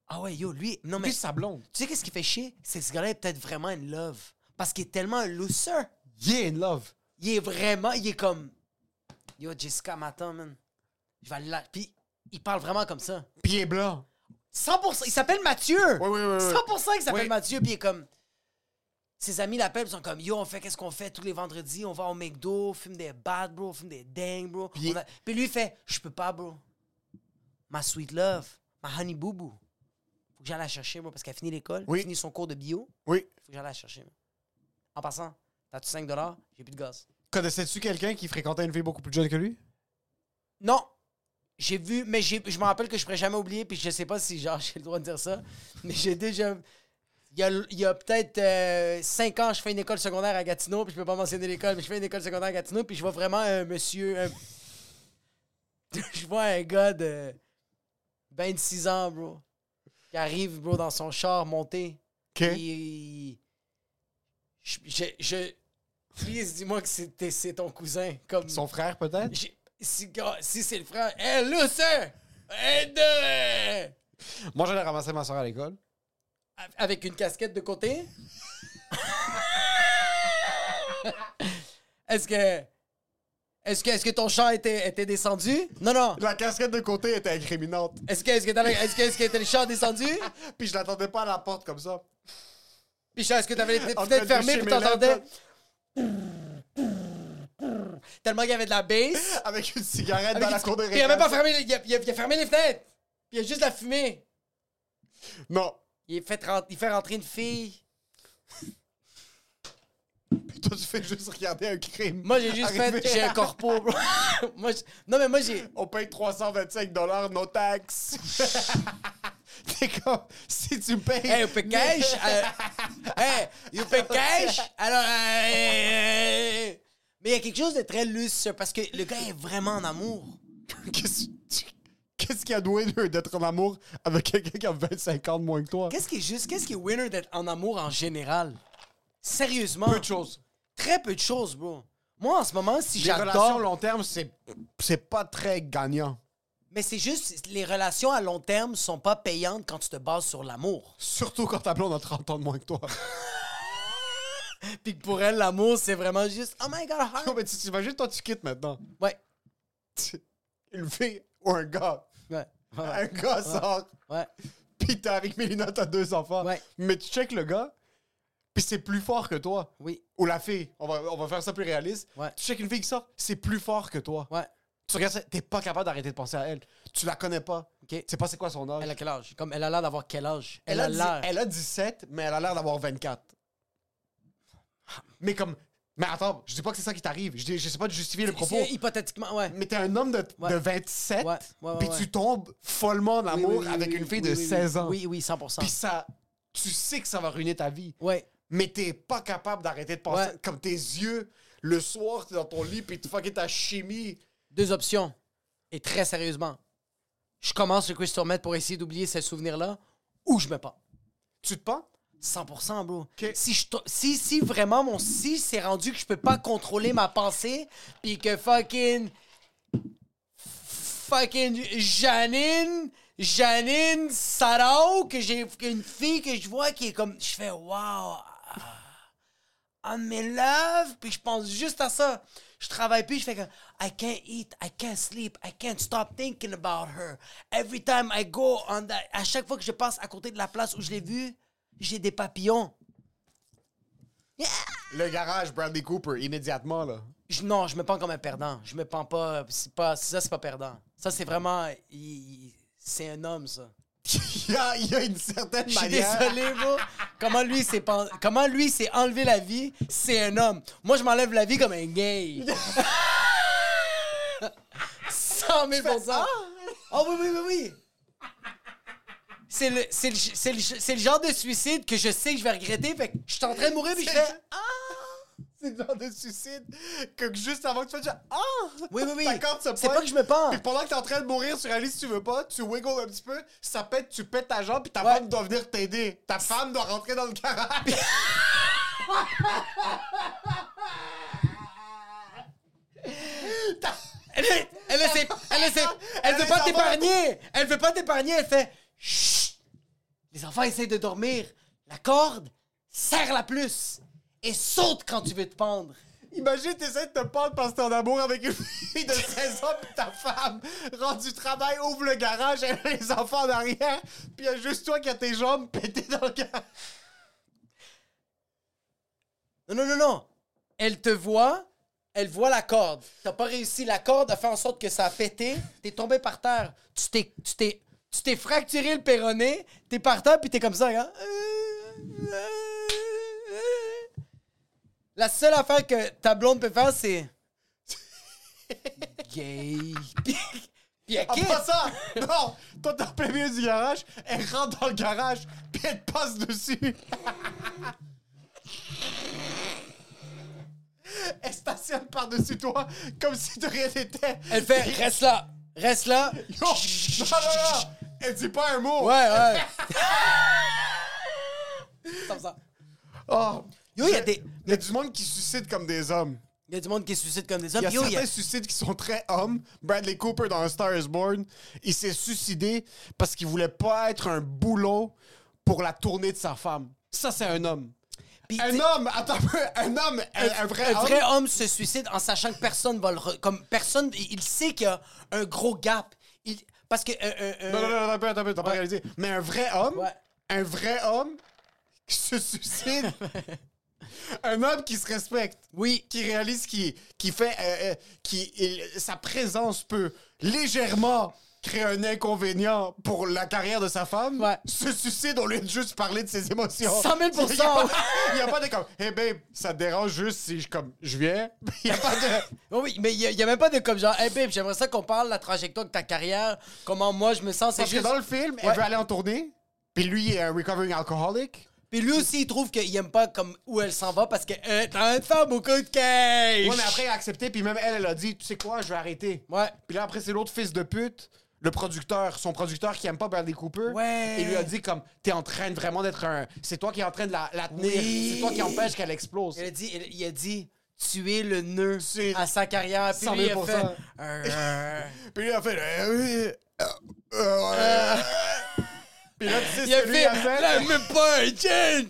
[SPEAKER 2] Ah ouais, yo, lui. Non, mais
[SPEAKER 3] Lui,
[SPEAKER 2] tu
[SPEAKER 3] sa blonde.
[SPEAKER 2] sais qu'est-ce qui fait chier? C'est que ce gars-là est peut-être vraiment une love. Parce qu'il est tellement un loser.
[SPEAKER 3] Yeah, in love.
[SPEAKER 2] il est vraiment, il est comme Yo, Jessica Matin, man. Je vais aller là. Puis il parle vraiment comme ça.
[SPEAKER 3] Puis il est blanc.
[SPEAKER 2] 100%, il s'appelle Mathieu.
[SPEAKER 3] Oui, oui, oui, oui.
[SPEAKER 2] 100% qu'il s'appelle
[SPEAKER 3] Oui.
[SPEAKER 2] Mathieu. Puis il est comme. Ses amis l'appellent, ils sont comme Yo, on fait qu'est-ce qu'on fait tous les vendredis? On va au McDo, on fume des bad, bro, on fume des dingues, bro.
[SPEAKER 3] Puis il-
[SPEAKER 2] On a- Puis lui, il fait Je peux pas, bro. Ma sweet love, ma honey boo boo. Faut que j'aille la chercher, bro, parce qu'elle finit l'école,
[SPEAKER 3] Oui.
[SPEAKER 2] elle finit son cours de bio.
[SPEAKER 3] Oui.
[SPEAKER 2] Faut que j'aille la chercher. man. En passant, t'as-tu 5$? J'ai plus de gaz.
[SPEAKER 3] Connaissais-tu quelqu'un qui fréquentait une fille beaucoup plus jeune que lui?
[SPEAKER 2] Non. J'ai vu, mais j'ai- je me rappelle que je pourrais jamais oublier, puis je sais pas si genre j'ai le droit de dire ça, mais j'ai déjà. Il y a, il y a peut-être 5 ans, je fais une école secondaire à Gatineau, puis je peux pas mentionner l'école, mais je fais une école secondaire à Gatineau, puis je vois vraiment un monsieur. un- je vois un gars de 26 ans, bro, qui arrive, bro, dans son char monté.
[SPEAKER 3] OK.
[SPEAKER 2] Puis, je. je, je- please, dis-moi que c'était- c'est ton cousin. Comme,
[SPEAKER 3] Son frère, peut-être?
[SPEAKER 2] j'ai- Si, gars, si c'est le frère, Eh, hey, Lucien! Eh, Aide!
[SPEAKER 3] Moi, j'allais ramasser ma soeur à l'école.
[SPEAKER 2] Avec une casquette de côté? Est-ce que. Est-ce que, est-ce que ton chat était, était descendu? Non, non.
[SPEAKER 3] La casquette de côté était incriminante.
[SPEAKER 2] Est-ce que, est-ce que, t'as le- est-ce que, est-ce que était le chat descendu?
[SPEAKER 3] Puis je l'attendais pas à la porte comme ça.
[SPEAKER 2] Puis chat, est-ce que t'avais les
[SPEAKER 3] En train de
[SPEAKER 2] fenêtres fermées
[SPEAKER 3] lécher
[SPEAKER 2] puis
[SPEAKER 3] mes lèvres,
[SPEAKER 2] t'entendais? Tellement qu'il y avait de la baisse.
[SPEAKER 3] Avec une cigarette dans
[SPEAKER 2] Avec
[SPEAKER 3] la
[SPEAKER 2] du-
[SPEAKER 3] cour de
[SPEAKER 2] Puis il a même pas
[SPEAKER 3] récréation.
[SPEAKER 2] fermé, les- il a, il a- il a fermé les fenêtres. Puis il y a juste la fumée.
[SPEAKER 3] Non.
[SPEAKER 2] Il fait, ren- il fait rentrer une fille.
[SPEAKER 3] Toi, tu fais juste regarder un crime.
[SPEAKER 2] Moi, j'ai juste
[SPEAKER 3] Arrivé.
[SPEAKER 2] fait. J'ai un corpo, bro. moi, je- Non, mais moi, j'ai.
[SPEAKER 3] On paye 325 dollars nos taxes. T'es comme, si tu me payes...
[SPEAKER 2] Hey, you pay cash? euh, hey, you pay cash? Alors, euh, euh, euh, mais il y a quelque chose de très lustre parce que le gars est vraiment en amour.
[SPEAKER 3] Qu'est-ce qu'est-ce qu'il y a de winner d'être en amour avec quelqu'un qui a 25 ans de moins que toi?
[SPEAKER 2] Qu'est-ce qui est juste? Qu'est-ce qui est winner d'être en amour en général? Sérieusement.
[SPEAKER 3] Peu de choses.
[SPEAKER 2] Très peu de choses, bro. Moi, en ce moment, si
[SPEAKER 3] Les relations
[SPEAKER 2] j'adore.
[SPEAKER 3] long terme, c'est c'est pas très gagnant.
[SPEAKER 2] Mais c'est juste, les relations à long terme sont pas payantes quand tu te bases sur l'amour.
[SPEAKER 3] Surtout quand ta blonde a 30 ans de moins que toi.
[SPEAKER 2] Puis que pour elle, l'amour, c'est vraiment juste, oh my god,
[SPEAKER 3] Non,
[SPEAKER 2] heart.
[SPEAKER 3] mais tu t'imagines, toi, tu quittes maintenant.
[SPEAKER 2] Ouais,
[SPEAKER 3] Tu- Une fille ou un gars.
[SPEAKER 2] ouais, ouais,
[SPEAKER 3] Un gars sort.
[SPEAKER 2] ouais.
[SPEAKER 3] Pis t'es avec Mélina, t'as deux enfants.
[SPEAKER 2] Ouais.
[SPEAKER 3] Mais tu check le gars, pis c'est plus fort que toi.
[SPEAKER 2] Oui,
[SPEAKER 3] Ou la fille, on va, on va faire ça plus réaliste.
[SPEAKER 2] Ouais.
[SPEAKER 3] Tu check une fille qui sort, c'est plus fort que toi.
[SPEAKER 2] ouais.
[SPEAKER 3] Tu regardes ça, t'es pas capable d'arrêter de penser à elle. Tu la connais pas.
[SPEAKER 2] OK.
[SPEAKER 3] Tu sais pas c'est quoi son âge.
[SPEAKER 2] Elle a quel âge? Comme elle a l'air d'avoir quel âge?
[SPEAKER 3] Elle a, dix-
[SPEAKER 2] l'air.
[SPEAKER 3] elle a 17, mais elle a l'air d'avoir 24. Mais comme. Mais attends, je dis pas que c'est ça qui t'arrive. Je, dis- je sais pas de justifier le propos.
[SPEAKER 2] C'est Hypothétiquement, ouais.
[SPEAKER 3] Mais t'es un homme de,
[SPEAKER 2] Ouais.
[SPEAKER 3] de 27,
[SPEAKER 2] Ouais, ouais, ouais,
[SPEAKER 3] puis
[SPEAKER 2] ouais.
[SPEAKER 3] tu tombes follement en
[SPEAKER 2] Oui,
[SPEAKER 3] amour
[SPEAKER 2] oui, oui,
[SPEAKER 3] avec
[SPEAKER 2] oui,
[SPEAKER 3] une fille
[SPEAKER 2] oui,
[SPEAKER 3] de
[SPEAKER 2] oui, oui.
[SPEAKER 3] 16 ans.
[SPEAKER 2] Oui, oui, 100%.
[SPEAKER 3] Puis ça. Tu sais que ça va ruiner ta vie.
[SPEAKER 2] Ouais.
[SPEAKER 3] mais t'es pas capable d'arrêter de penser.
[SPEAKER 2] Ouais.
[SPEAKER 3] Comme tes yeux, le soir, t'es dans ton lit, puis tu fucking ta chimie.
[SPEAKER 2] Deux options. Et très sérieusement. Je commence le crystal meth pour essayer d'oublier ce souvenir-là ou je me pars.
[SPEAKER 3] Tu te pends?
[SPEAKER 2] 100%, bro.
[SPEAKER 3] Ok.
[SPEAKER 2] Si, je to- si, si vraiment mon si c'est rendu que je peux pas contrôler ma pensée, puis que fucking. Fucking Janine, Janine Sarao, que j'ai une fille que je vois qui est comme. Je fais wow, I'm in love, puis je pense juste à ça. Je travaille plus, je fais comme I can't eat, I can't sleep, I can't stop thinking about her. Every time I go on that, à chaque fois que je passe à côté de la place où je l'ai vue, j'ai des papillons.
[SPEAKER 3] Le garage, Bradley Cooper, immédiatement, là.
[SPEAKER 2] Je- non, je me pends comme un perdant. Je me pends pas. C'est pas ça, c'est pas perdant. Ça, c'est vraiment. il- il- c'est un homme, ça.
[SPEAKER 3] il, y a, il y a une certaine
[SPEAKER 2] Je suis
[SPEAKER 3] manière.
[SPEAKER 2] désolé, bro. Comment lui s'est pen- comment lui s'est enlevé la vie, c'est un homme. Moi, je m'enlève la vie comme un gay. 100 000
[SPEAKER 3] ah!
[SPEAKER 2] Oh oui, oui, oui, oui. C'est le, c'est le- c'est le- c'est le genre de suicide que je sais que je vais regretter. Fait que je suis en train de mourir, puis je fais...
[SPEAKER 3] Ah! C'est le genre de suicide que juste avant que tu fasses genre, Ah!
[SPEAKER 2] Oui, oui, oui.
[SPEAKER 3] Ta corde se
[SPEAKER 2] C'est
[SPEAKER 3] pogne.
[SPEAKER 2] pas que je me pends.
[SPEAKER 3] Puis pendant que t'es en train de mourir, tu réalises que tu veux pas, tu wiggles un petit peu, ça pète, tu pètes ta jambe, puis ta
[SPEAKER 2] Ouais.
[SPEAKER 3] femme doit venir t'aider. Ta femme doit rentrer dans le garage.
[SPEAKER 2] Elle, est- elle, essaie- elle, essaie- elle
[SPEAKER 3] Elle
[SPEAKER 2] veut
[SPEAKER 3] a
[SPEAKER 2] pas
[SPEAKER 3] les
[SPEAKER 2] t'épargner. Elle veut pas t'épargner. Elle fait Chut! Les enfants essayent de dormir. La corde, serre-la plus et saute quand tu veux te pendre.
[SPEAKER 3] Imagine, t'essaies de te pendre parce que t'es en amour avec une fille de 16 ans, puis ta femme rentre du travail, ouvre le garage, elle a les enfants en arrière, puis il y a juste toi qui as tes jambes pétées dans le garage.
[SPEAKER 2] Non, non, non, non. Elle te voit, elle voit la corde. T'as pas réussi. La corde a fait en sorte que ça a pété. T'es tombé par terre. Tu t'es, tu t'es, tu t'es fracturé le péroné. T'es par terre, puis t'es comme ça, hein? La seule affaire que ta blonde peut faire, c'est... Gay. Puis puis elle
[SPEAKER 3] En
[SPEAKER 2] quitte.
[SPEAKER 3] passant, non, toi t'es en plein milieu du garage, elle rentre dans le garage, puis elle te passe dessus. Elle stationne par-dessus toi comme si de rien n'était.
[SPEAKER 2] Elle fait, reste là, reste là.
[SPEAKER 3] Yo, non, non, non, elle dit pas un mot.
[SPEAKER 2] Ouais, ouais. comme ça.
[SPEAKER 3] Oh.
[SPEAKER 2] Yo, il y a des-
[SPEAKER 3] Il y a du monde qui suicide comme des hommes.
[SPEAKER 2] Il y a du monde qui se suicide comme des hommes.
[SPEAKER 3] Il y a
[SPEAKER 2] Yo, il y
[SPEAKER 3] certains
[SPEAKER 2] a-
[SPEAKER 3] suicides qui sont très hommes. Bradley Cooper dans A Star is Born, il s'est suicidé parce qu'il voulait pas être un boulot pour la tournée de sa femme. Ça, c'est un homme.
[SPEAKER 2] Puis,
[SPEAKER 3] Un
[SPEAKER 2] tu-
[SPEAKER 3] homme, attends un peu, un homme, un, un vrai
[SPEAKER 2] un
[SPEAKER 3] homme.
[SPEAKER 2] vrai homme se suicide en sachant que personne va le re- comme personne il il sait qu'il y a un gros gap il parce que euh, euh, euh,
[SPEAKER 3] Non, non, non, attends un peu, attends un peu, t'as pas réalisé. Mais un vrai homme,
[SPEAKER 2] Ouais.
[SPEAKER 3] un vrai homme qui se suicide. un homme qui se respecte.
[SPEAKER 2] oui
[SPEAKER 3] qui réalise qu'il qui fait euh, euh, qui il- sa présence peut légèrement crée un inconvénient pour la carrière de sa femme,
[SPEAKER 2] Ouais.
[SPEAKER 3] se suicide au lieu de juste parler de ses émotions.
[SPEAKER 2] 100 000
[SPEAKER 3] Il n'y a, pas- il y a pas de comme, hey babe, ça te dérange juste si je, comme, je viens. Il n'y a pas de.
[SPEAKER 2] Oh oui, mais il n'y a, y a même pas de comme genre, hey babe, j'aimerais ça qu'on parle de la trajectoire de ta carrière, comment moi je me sens. C'est
[SPEAKER 3] Parce que
[SPEAKER 2] juste.
[SPEAKER 3] dans le film, elle
[SPEAKER 2] Ouais.
[SPEAKER 3] veut aller en tournée, puis lui il est un recovering alcoholic.
[SPEAKER 2] Puis lui aussi, il trouve qu'il aime pas comme où elle s'en va parce que euh, t'as une femme au coup de cage.
[SPEAKER 3] Ouais, mais après, elle a accepté, puis même elle, elle a dit, tu sais quoi, je vais arrêter.
[SPEAKER 2] Ouais.
[SPEAKER 3] Puis là, après, c'est l'autre fils de pute, le producteur, son producteur qui aime pas Bradley Cooper.
[SPEAKER 2] Ouais.
[SPEAKER 3] Il lui a dit, comme, t'es en train de vraiment d'être un. C'est toi qui es en train de la, la tenir.
[SPEAKER 2] Oui.
[SPEAKER 3] C'est toi qui empêche qu'elle explose.
[SPEAKER 2] Il a dit, il, il a dit tuer le nœud
[SPEAKER 3] C'est-
[SPEAKER 2] à sa carrière. Puis
[SPEAKER 3] 100
[SPEAKER 2] lui, il a
[SPEAKER 3] 000%.
[SPEAKER 2] fait. Euh,
[SPEAKER 3] Puis il a fait. euh, euh, euh, Puis là, tu sais
[SPEAKER 2] il a
[SPEAKER 3] ce que lui
[SPEAKER 2] fait.
[SPEAKER 3] a fait?
[SPEAKER 2] Là, même pas un gin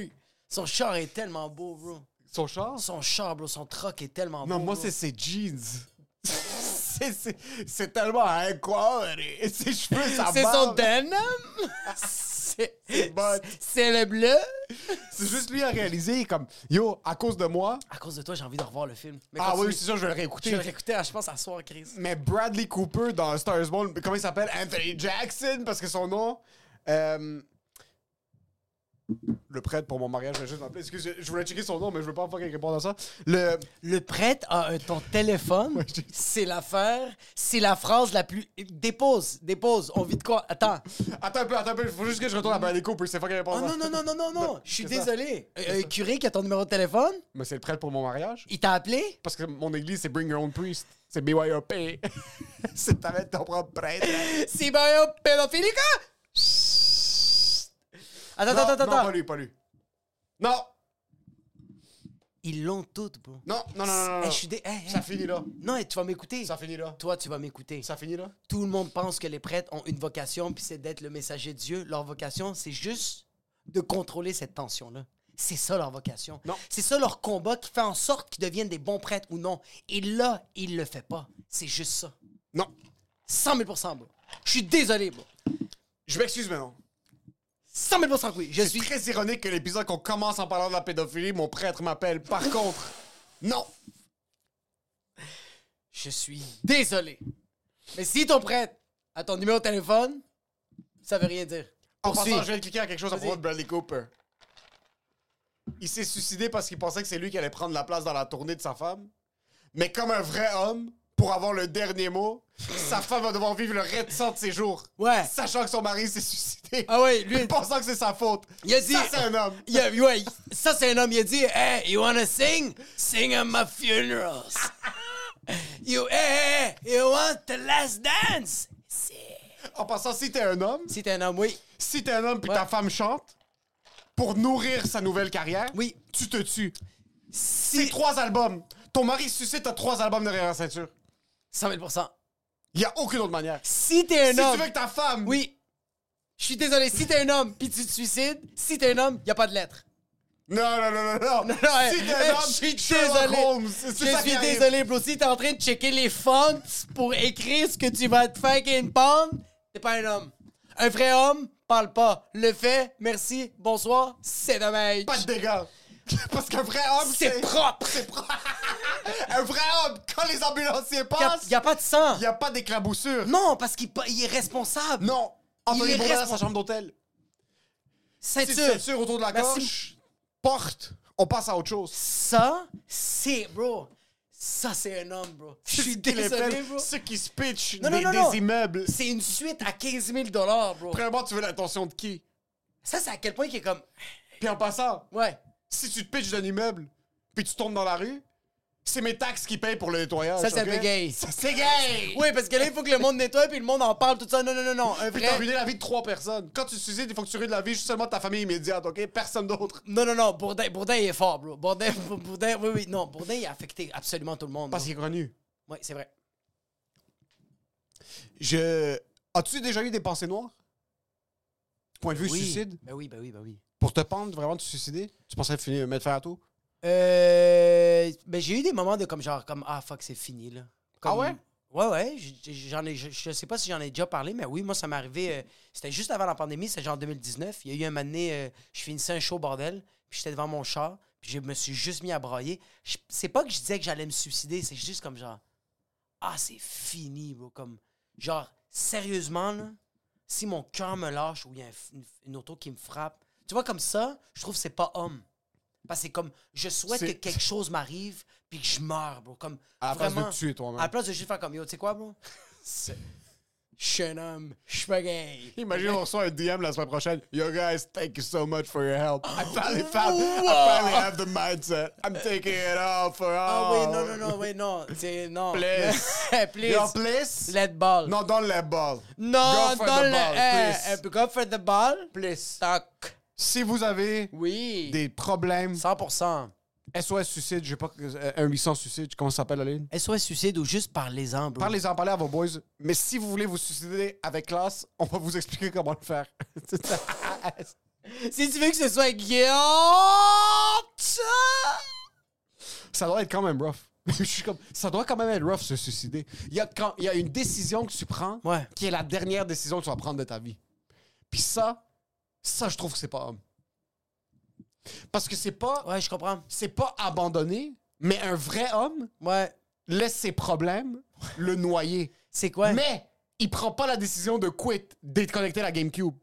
[SPEAKER 2] tonic. Son char est tellement beau, bro.
[SPEAKER 3] Son char?
[SPEAKER 2] Son char, bro, son truck est tellement beau.
[SPEAKER 3] Non, moi,
[SPEAKER 2] bro.
[SPEAKER 3] c'est ses jeans. C'est- c'est c'est tellement high quality. Ses cheveux, sa
[SPEAKER 2] C'est son
[SPEAKER 3] barbe.
[SPEAKER 2] denim. C'est
[SPEAKER 3] bon.
[SPEAKER 2] c'est le bleu.
[SPEAKER 3] C'est juste lui à réaliser, comme, yo, à cause de moi.
[SPEAKER 2] À cause de toi, j'ai envie de revoir le film. Mais
[SPEAKER 3] Ah
[SPEAKER 2] continue.
[SPEAKER 3] oui, c'est sûr, je vais le
[SPEAKER 2] Je
[SPEAKER 3] réécouter.
[SPEAKER 2] vais le réécouter, ah, je pense, à soir, Chris.
[SPEAKER 3] Mais Bradley Cooper dans Star is Born, comment il s'appelle? Anthony Jackson, parce que son nom. euh, le prêtre pour mon mariage, je vais juste m'appeler. Excusez, je voulais checker son nom, mais je veux pas qu'il réponde à ça. Le.
[SPEAKER 2] Le prêtre a un- ton téléphone. c'est l'affaire. C'est la phrase la plus. Dépose, dépose. On vit de quoi? Attends.
[SPEAKER 3] Attends un peu, attends un peu, il faut juste que je retourne à Bradley Cooper, c'est pas qu'il répond
[SPEAKER 2] Oh
[SPEAKER 3] à ça.
[SPEAKER 2] non, non, non, non, non, non. Je suis
[SPEAKER 3] C'est ça.
[SPEAKER 2] désolé. Euh, euh, curé qui a ton numéro de téléphone,
[SPEAKER 3] Mais c'est le prêtre pour mon mariage.
[SPEAKER 2] il t'a appelé?
[SPEAKER 3] Parce que mon église, c'est Bring Your Own Priest. C'est BYOP. c'est t'arrêtes ton propre prêtre.
[SPEAKER 2] C'est bien pédophilique, hein? Attends,
[SPEAKER 3] non,
[SPEAKER 2] attends, attends,
[SPEAKER 3] non,
[SPEAKER 2] attends.
[SPEAKER 3] pas lui, pas lui. Non,
[SPEAKER 2] Ils l'ont toutes, bro.
[SPEAKER 3] non, non, non, non,
[SPEAKER 2] Hey,
[SPEAKER 3] non, non.
[SPEAKER 2] Eh, je suis dé- hey, hey.
[SPEAKER 3] Ça finit là.
[SPEAKER 2] Non, hey, tu vas m'écouter.
[SPEAKER 3] Ça finit là.
[SPEAKER 2] Toi, tu vas m'écouter.
[SPEAKER 3] Ça finit là.
[SPEAKER 2] Tout le monde pense que les prêtres ont une vocation, puis c'est d'être le messager de Dieu. Leur vocation, c'est juste de contrôler cette tension-là. C'est ça leur vocation.
[SPEAKER 3] Non.
[SPEAKER 2] C'est ça leur combat qui fait en sorte qu'ils deviennent des bons prêtres ou non. Et là, il le fait pas. C'est juste ça.
[SPEAKER 3] Non.
[SPEAKER 2] 100 000 bro. Je suis désolé, bro.
[SPEAKER 3] Je m'excuse maintenant.
[SPEAKER 2] 100 000 que oui. Je
[SPEAKER 3] Je suis
[SPEAKER 2] suis.
[SPEAKER 3] très ironique que l'épisode qu'on commence en parlant de la pédophilie, mon prêtre m'appelle. Par contre, non.
[SPEAKER 2] Je suis désolé. Mais si ton prêtre a ton numéro de téléphone, ça veut rien dire.
[SPEAKER 3] En
[SPEAKER 2] Poursuis.
[SPEAKER 3] passant, je viens de cliquer à quelque chose à
[SPEAKER 2] Vas-y.
[SPEAKER 3] propos de Bradley Cooper. Il s'est suicidé parce qu'il pensait que c'est lui qui allait prendre la place dans la tournée de sa femme. Mais comme un vrai homme, pour avoir le dernier mot, sa femme va devoir vivre le restant de ses jours.
[SPEAKER 2] Ouais.
[SPEAKER 3] Sachant que son mari s'est suicidé.
[SPEAKER 2] Ah ouais, lui.
[SPEAKER 3] Pensant que c'est sa faute.
[SPEAKER 2] Il a dit-
[SPEAKER 3] Ça, c'est un homme.
[SPEAKER 2] Il a- ouais, ça, c'est un homme. Il a dit Hey, you wanna sing? Sing at my funerals. you, hey, hey, hey, you want the last dance? Si.
[SPEAKER 3] En passant, si t'es un homme,
[SPEAKER 2] Si t'es un homme, oui.
[SPEAKER 3] si t'es un homme puis
[SPEAKER 2] Ouais.
[SPEAKER 3] ta femme chante, pour nourrir sa nouvelle carrière,
[SPEAKER 2] Oui.
[SPEAKER 3] tu te tues. C'est
[SPEAKER 2] Si.
[SPEAKER 3] trois albums. Ton mari se suicide, t'as trois albums derrière la ceinture.
[SPEAKER 2] 100 000
[SPEAKER 3] Il y a aucune autre manière.
[SPEAKER 2] Si t'es un
[SPEAKER 3] si
[SPEAKER 2] homme.
[SPEAKER 3] tu veux que ta femme.
[SPEAKER 2] Oui. Je suis désolé, si t'es un homme puis tu te suicides, si t'es un homme, y a pas de lettre.
[SPEAKER 3] Non, non, non, non, non.
[SPEAKER 2] hey,
[SPEAKER 3] si t'es
[SPEAKER 2] hey,
[SPEAKER 3] un homme,
[SPEAKER 2] je suis
[SPEAKER 3] Sherlock
[SPEAKER 2] désolé.
[SPEAKER 3] Holmes, c'est
[SPEAKER 2] Je
[SPEAKER 3] ça qui
[SPEAKER 2] suis
[SPEAKER 3] arrive.
[SPEAKER 2] désolé, bro. Si t'es en train de checker les fonts pour écrire ce que tu vas te faire une pomme, t'es pas un homme. Un vrai homme parle pas. Le fait, merci, bonsoir, c'est dommage.
[SPEAKER 3] Pas de dégâts. Parce qu'un vrai homme,
[SPEAKER 2] C'est propre.
[SPEAKER 3] C'est propre. un vrai homme, quand les ambulanciers
[SPEAKER 2] Y a,
[SPEAKER 3] passent,
[SPEAKER 2] y a pas de sang.
[SPEAKER 3] il n'y a pas d'éclaboussure.
[SPEAKER 2] Non, parce qu'il pa- il est responsable.
[SPEAKER 3] Non.
[SPEAKER 2] Il
[SPEAKER 3] Anthony
[SPEAKER 2] est
[SPEAKER 3] Bourdain dans sa
[SPEAKER 2] responsable.
[SPEAKER 3] chambre d'hôtel.
[SPEAKER 2] C'est
[SPEAKER 3] Petite
[SPEAKER 2] sûr.
[SPEAKER 3] ceinture autour de la
[SPEAKER 2] Merci.
[SPEAKER 3] gorge. Porte. On passe à autre chose.
[SPEAKER 2] Ça, c'est, bro. Ça, c'est un homme, bro. Je suis
[SPEAKER 3] Ce qu'il
[SPEAKER 2] désolé,
[SPEAKER 3] appelle
[SPEAKER 2] bro.
[SPEAKER 3] Ceux qui se pitchent
[SPEAKER 2] Non, non,
[SPEAKER 3] des,
[SPEAKER 2] non,
[SPEAKER 3] des
[SPEAKER 2] non.
[SPEAKER 3] immeubles.
[SPEAKER 2] C'est une suite à 15 000 bro.
[SPEAKER 3] Premièrement, tu veux l'attention de qui?
[SPEAKER 2] Ça, c'est à quel point qu'il est comme.
[SPEAKER 3] Puis en passant,
[SPEAKER 2] Ouais.
[SPEAKER 3] si tu te pitches d'un immeuble, puis tu tombes dans la rue, c'est mes taxes qui payent pour le nettoyage.
[SPEAKER 2] Ça, c'est un
[SPEAKER 3] ok?
[SPEAKER 2] peu gay.
[SPEAKER 3] Ça, c'est gay!
[SPEAKER 2] Oui, parce que là, il faut que le monde nettoie puis le monde en parle, tout ça. Non, non, non, non. Un
[SPEAKER 3] Puis t'as
[SPEAKER 2] vrai.
[SPEAKER 3] ruiné la vie de trois personnes. Quand tu te suicides, il faut que tu ruines la vie juste seulement de ta famille immédiate, OK? Personne d'autre.
[SPEAKER 2] Non, non, non. Bourdin, Bourdin, il est fort, bro. Bourdin, Bourdin, oui, oui. Non, Bourdin, il a affecté absolument tout le monde.
[SPEAKER 3] Parce qu'il est connu.
[SPEAKER 2] Oui, c'est vrai.
[SPEAKER 3] Je... As-tu déjà eu des pensées noires? Point de vue
[SPEAKER 2] oui.
[SPEAKER 3] suicide?
[SPEAKER 2] Ben oui, ben oui, ben oui.
[SPEAKER 3] Pour te pendre, vraiment, te suicider? Tu pensais finir, mettre fin à tout?
[SPEAKER 2] Euh. Ben, j'ai eu des moments de comme genre, comme, ah, fuck, c'est fini, là. Comme-
[SPEAKER 3] Ah ouais?
[SPEAKER 2] Ouais, ouais. j- j- J'en ai, je, je sais pas si j'en ai déjà parlé, mais oui, moi, ça m'est arrivé. euh, c'était juste avant la pandémie, c'était genre en 2019. Il y a eu un moment donné, euh, je finissais un show bordel, puis j'étais devant mon char, puis je me suis juste mis à brailler. Je- C'est pas que je disais que j'allais me suicider, c'est juste comme genre, ah, c'est fini, bro. Comme, Genre, sérieusement, là, si mon cœur me lâche ou il y a un f- une, une auto qui me frappe, tu vois, comme ça, je trouve que c'est pas homme. Parce que c'est comme, je souhaite que
[SPEAKER 3] C'est-
[SPEAKER 2] quelque chose m'arrive puis que je meurs, bro. Comme,
[SPEAKER 3] À la place de
[SPEAKER 2] vraiment,
[SPEAKER 3] te tuer
[SPEAKER 2] à la
[SPEAKER 3] toi-même.
[SPEAKER 2] place de juste faire comme, yo, tu sais quoi, bro? C'est- Je suis un homme, je suis pas gay.
[SPEAKER 3] Imagine, on reçoit un DM la semaine prochaine. Yo, guys, thank you so much for your help. I finally found,
[SPEAKER 2] Wow.
[SPEAKER 3] I finally have the mindset. I'm taking it all for
[SPEAKER 2] Ah
[SPEAKER 3] all.
[SPEAKER 2] oui, non, non, non, oui, non. C'est non.
[SPEAKER 3] Please.
[SPEAKER 2] please.
[SPEAKER 3] Yo, please?
[SPEAKER 2] Let ball.
[SPEAKER 3] Non, don't let ball.
[SPEAKER 2] non,
[SPEAKER 3] Go for
[SPEAKER 2] dans
[SPEAKER 3] the
[SPEAKER 2] le.
[SPEAKER 3] ball,
[SPEAKER 2] eh,
[SPEAKER 3] please.
[SPEAKER 2] eh, puis go for the ball.
[SPEAKER 3] Please.
[SPEAKER 2] Tac.
[SPEAKER 3] Si vous avez
[SPEAKER 2] Oui.
[SPEAKER 3] des problèmes,
[SPEAKER 2] 100%.
[SPEAKER 3] SOS suicide, je sais pas, euh, un 800 suicide, comment ça s'appelle la ligne?
[SPEAKER 2] SOS suicide ou juste parlez-en, bro.
[SPEAKER 3] Parlez-en, parlez à vos boys. Mais si vous voulez vous suicider avec classe, on va vous expliquer comment le faire. C'est ça.
[SPEAKER 2] Si tu veux que ce soit guilt.
[SPEAKER 3] ça doit être quand même rough. je suis comme, ça doit quand même être rough se suicider. Il y a, quand, il y a une décision que tu prends
[SPEAKER 2] Ouais.
[SPEAKER 3] qui est la dernière décision que tu vas prendre de ta vie. Puis ça, ça, je trouve que c'est pas homme. Parce que c'est pas,
[SPEAKER 2] Ouais, je comprends.
[SPEAKER 3] c'est pas abandonné, mais un vrai homme
[SPEAKER 2] Ouais.
[SPEAKER 3] laisse ses problèmes le noyer.
[SPEAKER 2] C'est quoi? Mais,
[SPEAKER 3] Mais il prend pas la décision de quit, déconnecter la GameCube.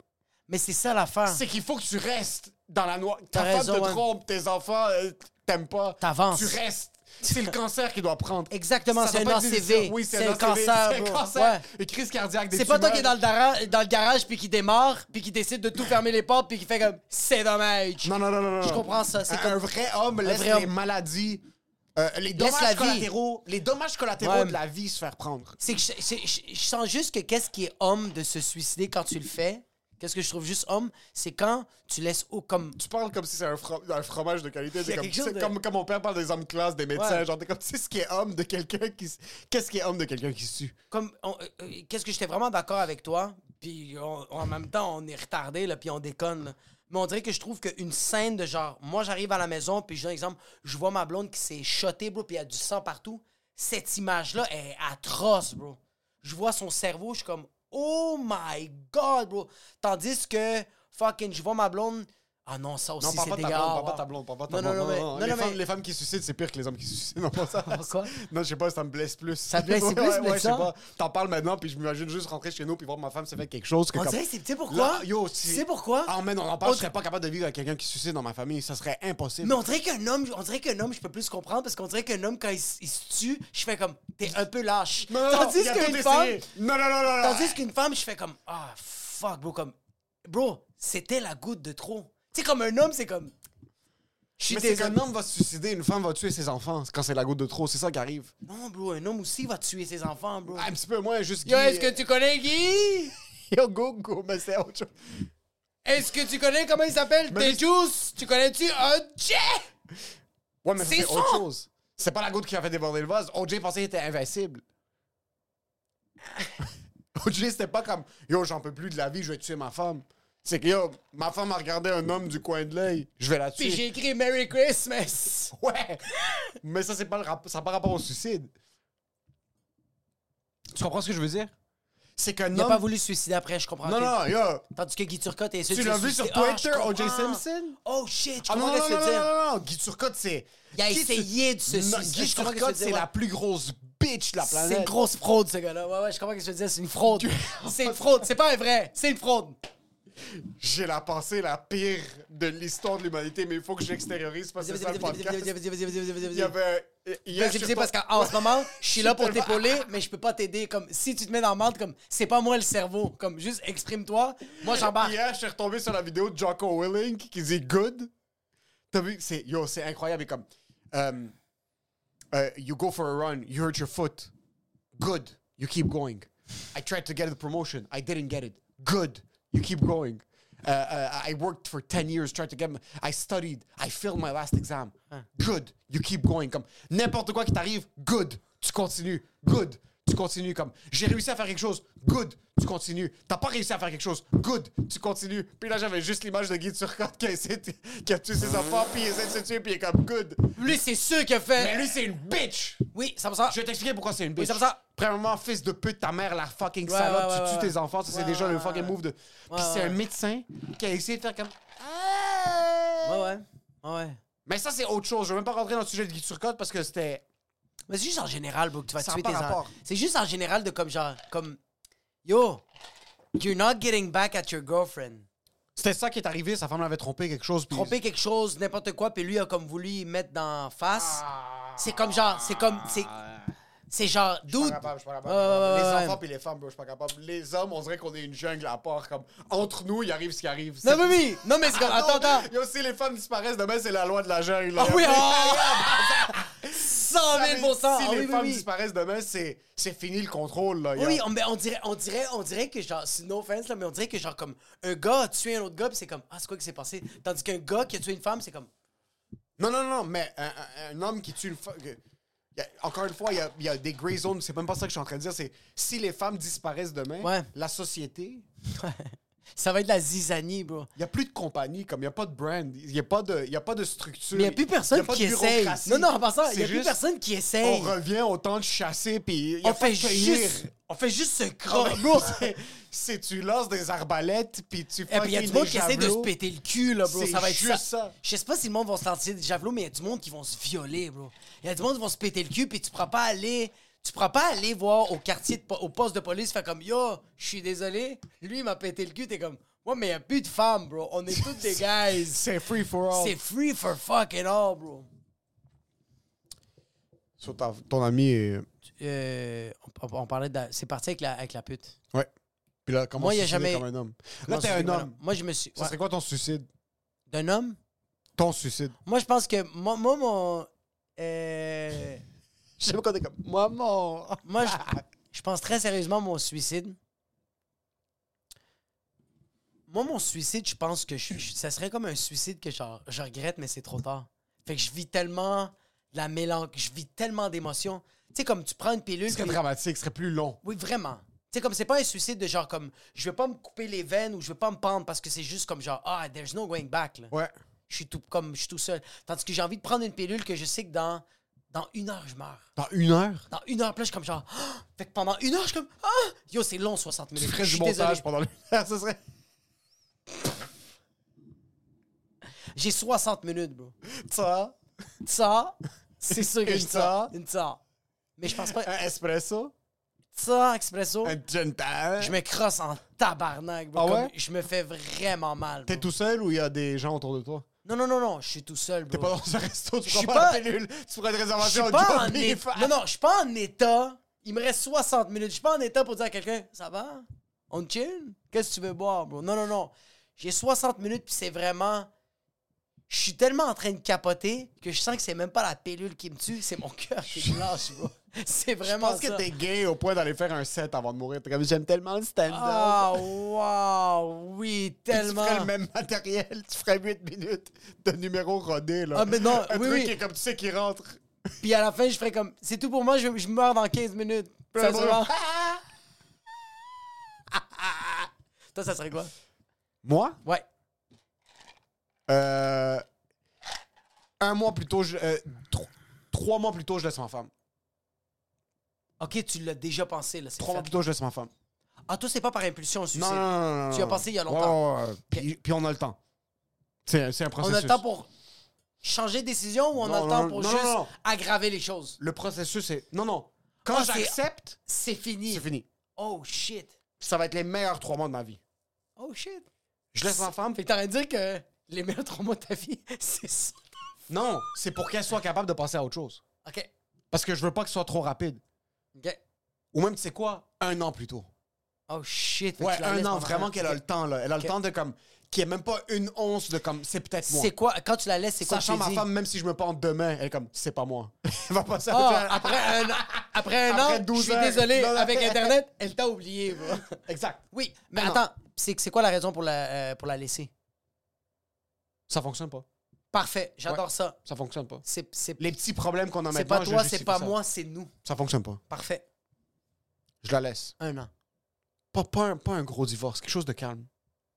[SPEAKER 2] c'est ça l'affaire.
[SPEAKER 3] C'est qu'il faut que tu restes dans la noix.
[SPEAKER 2] Ah. T'as
[SPEAKER 3] Ta femme
[SPEAKER 2] raison,
[SPEAKER 3] te
[SPEAKER 2] ouais.
[SPEAKER 3] trompe, tes enfants euh, t'aiment pas.
[SPEAKER 2] T'avances.
[SPEAKER 3] Tu restes. C'est le cancer qui doit prendre.
[SPEAKER 2] Exactement,
[SPEAKER 3] Ça
[SPEAKER 2] c'est
[SPEAKER 3] doit
[SPEAKER 2] un
[SPEAKER 3] pas être des
[SPEAKER 2] ACV.
[SPEAKER 3] décisions. Oui, c'est
[SPEAKER 2] C'est
[SPEAKER 3] un
[SPEAKER 2] le
[SPEAKER 3] ACV.
[SPEAKER 2] cancer,
[SPEAKER 3] C'est un
[SPEAKER 2] bro.
[SPEAKER 3] cancer.
[SPEAKER 2] Ouais.
[SPEAKER 3] Et crise cardiaque des
[SPEAKER 2] C'est pas toi
[SPEAKER 3] tumeurs.
[SPEAKER 2] qui est dans le, dara- dans le garage puis qui démarre puis qui décide de tout fermer les portes puis qui fait comme c'est dommage.
[SPEAKER 3] Non, non, non, non. non,
[SPEAKER 2] Je
[SPEAKER 3] non.
[SPEAKER 2] comprends ça. C'est
[SPEAKER 3] Un,
[SPEAKER 2] comme
[SPEAKER 3] un vrai homme laisse
[SPEAKER 2] vrai
[SPEAKER 3] les
[SPEAKER 2] homme.
[SPEAKER 3] maladies, euh, les
[SPEAKER 2] Laisse
[SPEAKER 3] dommages
[SPEAKER 2] la vie.
[SPEAKER 3] collatéraux, les dommages collatéraux
[SPEAKER 2] Ouais.
[SPEAKER 3] de la vie se faire prendre.
[SPEAKER 2] C'est que je, c'est- je- je sens juste que qu'est-ce qui est homme de se suicider quand tu le fais. Qu'est-ce que je trouve juste homme, c'est quand tu laisses au comme.
[SPEAKER 3] Tu parles comme si c'est un, fro- un fromage de qualité.
[SPEAKER 2] y a
[SPEAKER 3] C'est comme,
[SPEAKER 2] quelque chose
[SPEAKER 3] c'est
[SPEAKER 2] de-
[SPEAKER 3] comme, comme mon père parle des hommes de classe, des médecins.
[SPEAKER 2] Ouais.
[SPEAKER 3] Genre, t'es comme, tu sais ce qui est homme de quelqu'un qui. s- Qu'est-ce qui est homme de quelqu'un qui se tue?
[SPEAKER 2] comme on- euh, euh, qu'est-ce que j'étais vraiment d'accord avec toi. Puis on- en même temps, on est retardé là, puis on déconne. là. Mais on dirait que je trouve qu'une scène de genre, moi j'arrive à la maison, puis je donne un exemple, je vois ma blonde qui s'est shotée, bro, puis il y a du sang partout. Cette image-là est atroce, bro. Je vois son cerveau, je suis comme, oh my god, bro. Tandis que, fucking, je vois ma blonde. Ah non, ça aussi,
[SPEAKER 3] Non,
[SPEAKER 2] c'est
[SPEAKER 3] parle pas de ta
[SPEAKER 2] dégueulasse.
[SPEAKER 3] blonde, parle pas de ta blonde, parle pas de ta
[SPEAKER 2] Non, non,
[SPEAKER 3] blonde.
[SPEAKER 2] non, mais- non,
[SPEAKER 3] les,
[SPEAKER 2] non,
[SPEAKER 3] femmes,
[SPEAKER 2] mais-
[SPEAKER 3] les femmes qui se suicident, c'est pire que les hommes qui se suicident. Non, pas ça.
[SPEAKER 2] Pourquoi?
[SPEAKER 3] Non, je sais pas, ça me blesse plus.
[SPEAKER 2] Ça te blesse
[SPEAKER 3] Ouais,
[SPEAKER 2] plus,
[SPEAKER 3] ouais,
[SPEAKER 2] mais
[SPEAKER 3] ouais, je sais
[SPEAKER 2] ça?
[SPEAKER 3] pas. T'en parles maintenant, puis je m'imagine juste rentrer chez nous, puis voir ma femme se faire quelque chose. Que
[SPEAKER 2] On
[SPEAKER 3] comme-
[SPEAKER 2] dirait que c'est, tu sais pourquoi?
[SPEAKER 3] Là, yo,
[SPEAKER 2] tu
[SPEAKER 3] si-
[SPEAKER 2] sais pourquoi?
[SPEAKER 3] Ah, mais non, on en parle,
[SPEAKER 2] On-
[SPEAKER 3] je serais pas capable de vivre avec quelqu'un qui se suicide dans ma famille. Ça serait impossible.
[SPEAKER 2] Mais on dirait qu'un homme, on dirait qu'un homme, je peux plus comprendre parce qu'on dirait qu'un homme quand il, s- il se tue, je fais comme t'es un peu lâche.
[SPEAKER 3] Non, non, non,
[SPEAKER 2] tandis
[SPEAKER 3] il a tout
[SPEAKER 2] qu'une
[SPEAKER 3] essayé.
[SPEAKER 2] femme,
[SPEAKER 3] Non, non, non, non, non.
[SPEAKER 2] tandis qu'une femme, je fais comme ah fuck bro comme bro, c'était la goutte de trop. Tu sais comme un homme, c'est comme je suis
[SPEAKER 3] Mais c'est qu'un
[SPEAKER 2] désolé.
[SPEAKER 3] homme va se suicider, une femme va tuer ses enfants quand c'est la goutte de trop. C'est ça qui arrive. Ah,
[SPEAKER 2] Non bro, un homme aussi va tuer ses enfants bro.
[SPEAKER 3] Un petit peu moins, juste
[SPEAKER 2] Yo,
[SPEAKER 3] Guy- euh,
[SPEAKER 2] est-ce que tu connais Guy
[SPEAKER 3] Yo, go, go, mais c'est autre chose.
[SPEAKER 2] Est-ce que tu connais comment il s'appelle
[SPEAKER 3] Mais-
[SPEAKER 2] Tejus Tu connais-tu Oh, un Jay
[SPEAKER 3] Ouais, mais ça,
[SPEAKER 2] C'est
[SPEAKER 3] c'est autre
[SPEAKER 2] ça!
[SPEAKER 3] chose. C'est pas la goutte qui a fait déborder le vase. OJ pensait qu'il était invincible. OJ, c'était pas comme Yo, j'en peux plus de la vie, je vais tuer ma femme. C'est que yo, ma femme a regardé un homme du coin de l'œil, je vais la
[SPEAKER 2] Puis
[SPEAKER 3] tuer.
[SPEAKER 2] j'ai écrit Merry Christmas.
[SPEAKER 3] Ouais! mais ça, c'est pas le rap- ça a pas rapport au suicide. Tu comprends ce que je veux dire? C'est qu'un
[SPEAKER 2] Il n'a
[SPEAKER 3] homme.
[SPEAKER 2] pas voulu se suicider après, je comprends.
[SPEAKER 3] Non,
[SPEAKER 2] ok.
[SPEAKER 3] non, yo!
[SPEAKER 2] Tandis que Guy Turcotte est
[SPEAKER 3] Tu l'as vu sur Twitter, O.J. Simpson?
[SPEAKER 2] Ah, Oh shit, je
[SPEAKER 3] Ah non,
[SPEAKER 2] comprends
[SPEAKER 3] non, non,
[SPEAKER 2] ce que
[SPEAKER 3] non,
[SPEAKER 2] tu veux
[SPEAKER 3] non,
[SPEAKER 2] dire.
[SPEAKER 3] non, non, Guy Turcotte, c'est.
[SPEAKER 2] Il a
[SPEAKER 3] Guy
[SPEAKER 2] essayé de se
[SPEAKER 3] Tur- Non,
[SPEAKER 2] suicider,
[SPEAKER 3] Guy
[SPEAKER 2] je comprends
[SPEAKER 3] Turcotte,
[SPEAKER 2] ce que tu
[SPEAKER 3] c'est
[SPEAKER 2] veux dire,
[SPEAKER 3] la plus grosse bitch de la
[SPEAKER 2] ouais. C'est une
[SPEAKER 3] planète.
[SPEAKER 2] grosse fraude, ce gars-là. Ouais, ouais, je comprends ce que tu veux dire. C'est une fraude. C'est une fraude. C'est pas un vrai. C'est une fraude.
[SPEAKER 3] J'ai la pensée la pire de l'histoire de l'humanité, mais il faut que je l'extériorise parce que
[SPEAKER 2] Vas-y,
[SPEAKER 3] c'est ça
[SPEAKER 2] vas-y,
[SPEAKER 3] le
[SPEAKER 2] vas-y, vas-y,
[SPEAKER 3] podcast.
[SPEAKER 2] vas-y, vas-y, vas-y, vas-y,
[SPEAKER 3] Il
[SPEAKER 2] vas-y,
[SPEAKER 3] y
[SPEAKER 2] vas-y.
[SPEAKER 3] avait. hier,
[SPEAKER 2] Vas-y,
[SPEAKER 3] je
[SPEAKER 2] vas-y,
[SPEAKER 3] sais
[SPEAKER 2] parce
[SPEAKER 3] pas-
[SPEAKER 2] qu'en ce moment, je suis là pour
[SPEAKER 3] tellement-
[SPEAKER 2] t'épauler, mais je peux pas t'aider. Comme si tu te mets dans le merde, comme c'est pas moi le cerveau. Comme juste exprime-toi. Moi, j'embarque.
[SPEAKER 3] Hier, je suis retombé sur la vidéo de Jocko Willing qui dit good. T'as vu? C'est, yo, c'est incroyable. Et comme. um, uh, you go for a run, you hurt your foot. Good. You keep going. I tried to get the promotion. I didn't get it. Good. You keep going. Uh, uh, I worked for 10 years, tried to get. My, I studied. I failed my last exam. Good. You keep going. Comme n'importe quoi qui t'arrive, good. Tu continues. Good. Tu continues. Comme j'ai réussi à faire quelque chose, good. Tu continues. T'as pas réussi à faire quelque chose, good. Tu continues. Puis là, j'avais juste l'image de Guy Turcotte qui a, essayé de- qui a tué ses enfants, puis il essaie de se tuer, puis il est comme good.
[SPEAKER 2] Lui, c'est sûr qu'il a fait.
[SPEAKER 3] Mais lui, c'est une bitch!
[SPEAKER 2] Oui, ça me semble.
[SPEAKER 3] Je vais t'expliquer pourquoi c'est une bitch.
[SPEAKER 2] c'est pour ça.
[SPEAKER 3] Premièrement, fils de pute, ta mère, la fucking
[SPEAKER 2] Ouais,
[SPEAKER 3] salope,
[SPEAKER 2] ouais,
[SPEAKER 3] tu
[SPEAKER 2] ouais,
[SPEAKER 3] tues
[SPEAKER 2] ouais.
[SPEAKER 3] tes enfants, ça c'est
[SPEAKER 2] Ouais,
[SPEAKER 3] déjà
[SPEAKER 2] ouais,
[SPEAKER 3] le
[SPEAKER 2] ouais,
[SPEAKER 3] fucking
[SPEAKER 2] ouais.
[SPEAKER 3] move de. Puis
[SPEAKER 2] Ouais,
[SPEAKER 3] c'est
[SPEAKER 2] ouais.
[SPEAKER 3] un médecin qui a essayé de faire comme.
[SPEAKER 2] Ouais, ouais. Ouais, ouais.
[SPEAKER 3] Mais ça, c'est autre chose. Je veux même pas rentrer dans le sujet de Guy Turcotte parce que c'était.
[SPEAKER 2] Mais c'est juste en général, bro, que tu vas
[SPEAKER 3] Ça a
[SPEAKER 2] tuer
[SPEAKER 3] pas
[SPEAKER 2] tes en-
[SPEAKER 3] rapport.
[SPEAKER 2] C'est juste en général de comme genre, comme Yo, you're not getting back at your girlfriend.
[SPEAKER 3] C'était ça qui est arrivé, sa femme l'avait trompé, quelque chose. puis-
[SPEAKER 2] Tromper quelque chose, n'importe quoi, puis lui a comme voulu y mettre dans face. C'est comme genre, c'est comme, c'est, c'est genre,
[SPEAKER 3] Ah. Je suis
[SPEAKER 2] dude.
[SPEAKER 3] pas capable, je suis pas capable.
[SPEAKER 2] Ouais, ouais, ouais,
[SPEAKER 3] les
[SPEAKER 2] ouais.
[SPEAKER 3] enfants et les femmes, bro, je suis pas capable. Les hommes, on dirait qu'on est une jungle à part. Comme, entre nous, il arrive ce qui arrive.
[SPEAKER 2] Non, mais oui, non, mais c'est comme, attends, attends.
[SPEAKER 3] Yo, si les femmes disparaissent demain, c'est la loi de la jungle. là.
[SPEAKER 2] Ah oui, ah! 100 000
[SPEAKER 3] Si
[SPEAKER 2] Ah
[SPEAKER 3] les
[SPEAKER 2] oui, oui,
[SPEAKER 3] femmes
[SPEAKER 2] oui.
[SPEAKER 3] disparaissent demain, c'est c'est fini le contrôle. Là,
[SPEAKER 2] Oui,
[SPEAKER 3] yo.
[SPEAKER 2] oui, on, ben, on dirait, on dirait, on dirait que genre, c'est no offense là, mais on dirait que genre comme un gars a tué un autre gars, puis c'est comme ah c'est quoi qui s'est passé, tandis qu'un gars qui a tué une femme, c'est comme
[SPEAKER 3] Non, non, non, mais un, un- un homme qui tue une femme. Encore une fois, il y a, il y a des gray zones. C'est même pas ça que je suis en train de dire. C'est si les femmes disparaissent demain,
[SPEAKER 2] Ouais.
[SPEAKER 3] la société,
[SPEAKER 2] ça va être la zizanie, bro.
[SPEAKER 3] il n'y a plus de compagnie, comme il n'y a pas de brand, il n'y a, pas de- il y a pas de structure.
[SPEAKER 2] Mais il n'y a plus personne
[SPEAKER 3] y a pas de
[SPEAKER 2] qui essaye.
[SPEAKER 3] bureaucratie.
[SPEAKER 2] Non, non, en passant, il n'y
[SPEAKER 3] C'est
[SPEAKER 2] a plus
[SPEAKER 3] juste,
[SPEAKER 2] personne qui
[SPEAKER 3] On
[SPEAKER 2] essaye.
[SPEAKER 3] revient au temps de chasser, puis il y a
[SPEAKER 2] On
[SPEAKER 3] pas
[SPEAKER 2] fait
[SPEAKER 3] de payer.
[SPEAKER 2] juste, on fait juste se
[SPEAKER 3] Non,
[SPEAKER 2] croire.
[SPEAKER 3] mais bro, c'est- c'est tu lances des arbalètes, puis tu fais
[SPEAKER 2] Et Eh, puis il y a du monde qui essaie de se péter le cul, là, bro.
[SPEAKER 3] C'est
[SPEAKER 2] Ça va être ça.
[SPEAKER 3] juste ça.
[SPEAKER 2] Je sais pas si le monde va se lancer des javelots, mais il y a du monde qui vont se violer, bro. Il y a du monde qui vont se péter le cul, puis tu pourras pas aller. Tu pourras pas aller voir au quartier, de po- au poste de police, faire comme Yo, je suis désolé, lui il m'a pété le cul, t'es comme Ouais, mais il a plus de femmes, bro. On est toutes des guys.
[SPEAKER 3] C'est free for all.
[SPEAKER 2] C'est free for fucking all, bro.
[SPEAKER 3] Sur ta- ton ami. est-
[SPEAKER 2] Euh, on, on parlait de. la- C'est parti avec la, avec la pute.
[SPEAKER 3] Ouais. Puis là, comment
[SPEAKER 2] Moi, il y a
[SPEAKER 3] suicider
[SPEAKER 2] jamais-
[SPEAKER 3] comme un homme?
[SPEAKER 2] Comment
[SPEAKER 3] Là, t'es
[SPEAKER 2] ça se
[SPEAKER 3] un
[SPEAKER 2] fait,
[SPEAKER 3] homme.
[SPEAKER 2] madame? Moi, je me suis.
[SPEAKER 3] Ça
[SPEAKER 2] ouais.
[SPEAKER 3] serait quoi ton suicide?
[SPEAKER 2] D'un homme
[SPEAKER 3] Ton suicide.
[SPEAKER 2] Moi, je pense que. Moi, moi mon. euh,
[SPEAKER 3] Je sais pas quand t'es comme. Maman!
[SPEAKER 2] Moi, je, je pense très sérieusement à mon suicide. Moi, mon suicide, je pense que je, je- ça serait comme un suicide que genre, je regrette, mais c'est trop tard. Fait que je vis tellement de la mélancolie, je vis tellement d'émotions. Tu sais, comme tu prends une pilule.
[SPEAKER 3] Ce serait
[SPEAKER 2] puis-
[SPEAKER 3] dramatique, ce serait plus long.
[SPEAKER 2] Oui, vraiment. Tu sais, comme c'est pas un suicide de genre comme je vais pas me couper les veines ou je vais pas me pendre parce que c'est juste comme genre ah, there's no going back. là.
[SPEAKER 3] Ouais.
[SPEAKER 2] Je suis tout comme je suis tout seul. Tandis que j'ai envie de prendre une pilule que je sais que dans, dans une heure, je meurs
[SPEAKER 3] Dans une heure?
[SPEAKER 2] dans une heure, puis là, je suis comme genre. Ah! Fait que pendant une heure, je suis comme. Ah! Yo, c'est long, 60
[SPEAKER 3] Tu
[SPEAKER 2] minutes.
[SPEAKER 3] ferais
[SPEAKER 2] Je
[SPEAKER 3] du
[SPEAKER 2] suis désolé.
[SPEAKER 3] montage pendant une heure, ce serait.
[SPEAKER 2] J'ai 60 minutes, bro.
[SPEAKER 3] Ça,
[SPEAKER 2] Ça, c'est sûr que
[SPEAKER 3] Une
[SPEAKER 2] je ça.
[SPEAKER 3] ça.
[SPEAKER 2] Une ça. Mais je pense pas.
[SPEAKER 3] un espresso,
[SPEAKER 2] Ça, expresso,
[SPEAKER 3] un gin tonic.
[SPEAKER 2] je me crosse en tabarnak, bro.
[SPEAKER 3] Ah
[SPEAKER 2] Comme
[SPEAKER 3] ouais?
[SPEAKER 2] Je me fais vraiment mal. bro.
[SPEAKER 3] T'es tout seul ou il y a des gens autour de toi?
[SPEAKER 2] Non, non, non, non, je suis tout seul, bro.
[SPEAKER 3] T'es pas dans un resto, tu
[SPEAKER 2] Je suis
[SPEAKER 3] prends pas
[SPEAKER 2] pas-
[SPEAKER 3] la pilule, tu prends une
[SPEAKER 2] Je suis
[SPEAKER 3] réservation au
[SPEAKER 2] pas en
[SPEAKER 3] Johnny
[SPEAKER 2] état.
[SPEAKER 3] Fast.
[SPEAKER 2] Non, non, je suis pas en état. Il me reste 60 minutes. Je suis pas en état pour dire à quelqu'un Ça va On chill Qu'est-ce que tu veux boire, bro Non, non, non. J'ai 60 minutes, puis c'est vraiment. Je suis tellement en train de capoter que je sens que c'est même pas la pilule qui me tue, c'est mon cœur qui me lâche, bro. C'est
[SPEAKER 3] Je
[SPEAKER 2] vraiment
[SPEAKER 3] pense
[SPEAKER 2] ça.
[SPEAKER 3] que t'es gay au point d'aller faire un set avant de mourir. T'es comme, j'aime tellement le stand-up.
[SPEAKER 2] Ah, wow, oui, tellement.
[SPEAKER 3] Tu ferais le même matériel, tu ferais 8 minutes de numéro rodé, là.
[SPEAKER 2] Ah, mais non,
[SPEAKER 3] un
[SPEAKER 2] oui,
[SPEAKER 3] truc
[SPEAKER 2] oui.
[SPEAKER 3] qui est comme tu sais qui rentre.
[SPEAKER 2] Puis à la fin, je ferais comme C'est tout pour moi, je, je meurs dans 15 minutes. Ça
[SPEAKER 3] bon.
[SPEAKER 2] sera- Toi, ça serait quoi
[SPEAKER 3] Moi?
[SPEAKER 2] Ouais.
[SPEAKER 3] Euh, un mois plus tôt, je- euh, tro- trois mois plus tôt, je laisse ma femme.
[SPEAKER 2] Ok, tu l'as déjà pensé, là. c'est
[SPEAKER 3] Trois
[SPEAKER 2] fait.
[SPEAKER 3] mois plus tôt, je laisse ma femme.
[SPEAKER 2] Ah, toi, c'est pas par impulsion, le suicide.
[SPEAKER 3] Non, non, non, non, non,
[SPEAKER 2] Tu y as
[SPEAKER 3] non.
[SPEAKER 2] pensé il y a
[SPEAKER 3] Ouais,
[SPEAKER 2] longtemps.
[SPEAKER 3] ouais, ouais, ouais. Puis, puis on a le temps. C'est c'est un
[SPEAKER 2] on
[SPEAKER 3] processus.
[SPEAKER 2] a le temps pour changer de décision ou on a
[SPEAKER 3] Non,
[SPEAKER 2] le temps
[SPEAKER 3] non,
[SPEAKER 2] pour
[SPEAKER 3] non,
[SPEAKER 2] juste
[SPEAKER 3] non, non.
[SPEAKER 2] aggraver les choses?
[SPEAKER 3] Le processus, c'est... Non, non. Quand
[SPEAKER 2] Ah, c'est-
[SPEAKER 3] j'accepte,
[SPEAKER 2] C'est fini.
[SPEAKER 3] c'est fini.
[SPEAKER 2] Oh shit.
[SPEAKER 3] Ça va être les meilleurs trois mois de ma vie.
[SPEAKER 2] Oh shit.
[SPEAKER 3] Je laisse ma femme.
[SPEAKER 2] Fait que t'as rien dire que les meilleurs trois mois de ta vie, c'est ça.
[SPEAKER 3] Non, c'est pour qu'elle soit capable de passer à autre chose.
[SPEAKER 2] Ok.
[SPEAKER 3] Parce que je veux pas que ce soit trop rapide.
[SPEAKER 2] Ok.
[SPEAKER 3] Ou même, tu sais quoi, un an plus tôt.
[SPEAKER 2] Oh shit. Fait que
[SPEAKER 3] Ouais,
[SPEAKER 2] tu la
[SPEAKER 3] un
[SPEAKER 2] laisses
[SPEAKER 3] an,
[SPEAKER 2] pendant
[SPEAKER 3] vraiment
[SPEAKER 2] un-
[SPEAKER 3] qu'elle a le temps, là. Elle a
[SPEAKER 2] Ok.
[SPEAKER 3] le temps de comme. Qu'il n'y ait même pas une once de comme, c'est peut-être moi.
[SPEAKER 2] C'est quoi, quand tu la laisses, c'est quoi que
[SPEAKER 3] Sachant
[SPEAKER 2] tu
[SPEAKER 3] ma
[SPEAKER 2] dis?
[SPEAKER 3] femme, même si je me pends demain, elle est comme, c'est pas moi. elle va passer à autre
[SPEAKER 2] Ah,
[SPEAKER 3] chose.
[SPEAKER 2] après un an, après un
[SPEAKER 3] Après
[SPEAKER 2] an, je
[SPEAKER 3] 12
[SPEAKER 2] suis
[SPEAKER 3] heures.
[SPEAKER 2] désolé,
[SPEAKER 3] Non, non.
[SPEAKER 2] avec Internet, elle t'a oublié. bro.
[SPEAKER 3] Exact.
[SPEAKER 2] Oui, mais
[SPEAKER 3] Ah, non.
[SPEAKER 2] attends, c'est c'est quoi la raison pour la, euh, pour la laisser?
[SPEAKER 3] Ça fonctionne pas.
[SPEAKER 2] Parfait, j'adore ça.
[SPEAKER 3] Ça fonctionne pas.
[SPEAKER 2] C'est c'est-
[SPEAKER 3] Les petits problèmes qu'on a
[SPEAKER 2] c'est
[SPEAKER 3] maintenant.
[SPEAKER 2] pas
[SPEAKER 3] je
[SPEAKER 2] toi, c'est
[SPEAKER 3] justifie
[SPEAKER 2] pas
[SPEAKER 3] ça.
[SPEAKER 2] moi, c'est nous.
[SPEAKER 3] Ça fonctionne pas.
[SPEAKER 2] Parfait.
[SPEAKER 3] Je la laisse.
[SPEAKER 2] Un an.
[SPEAKER 3] Pas, pas, un, pas un gros divorce, quelque chose de calme.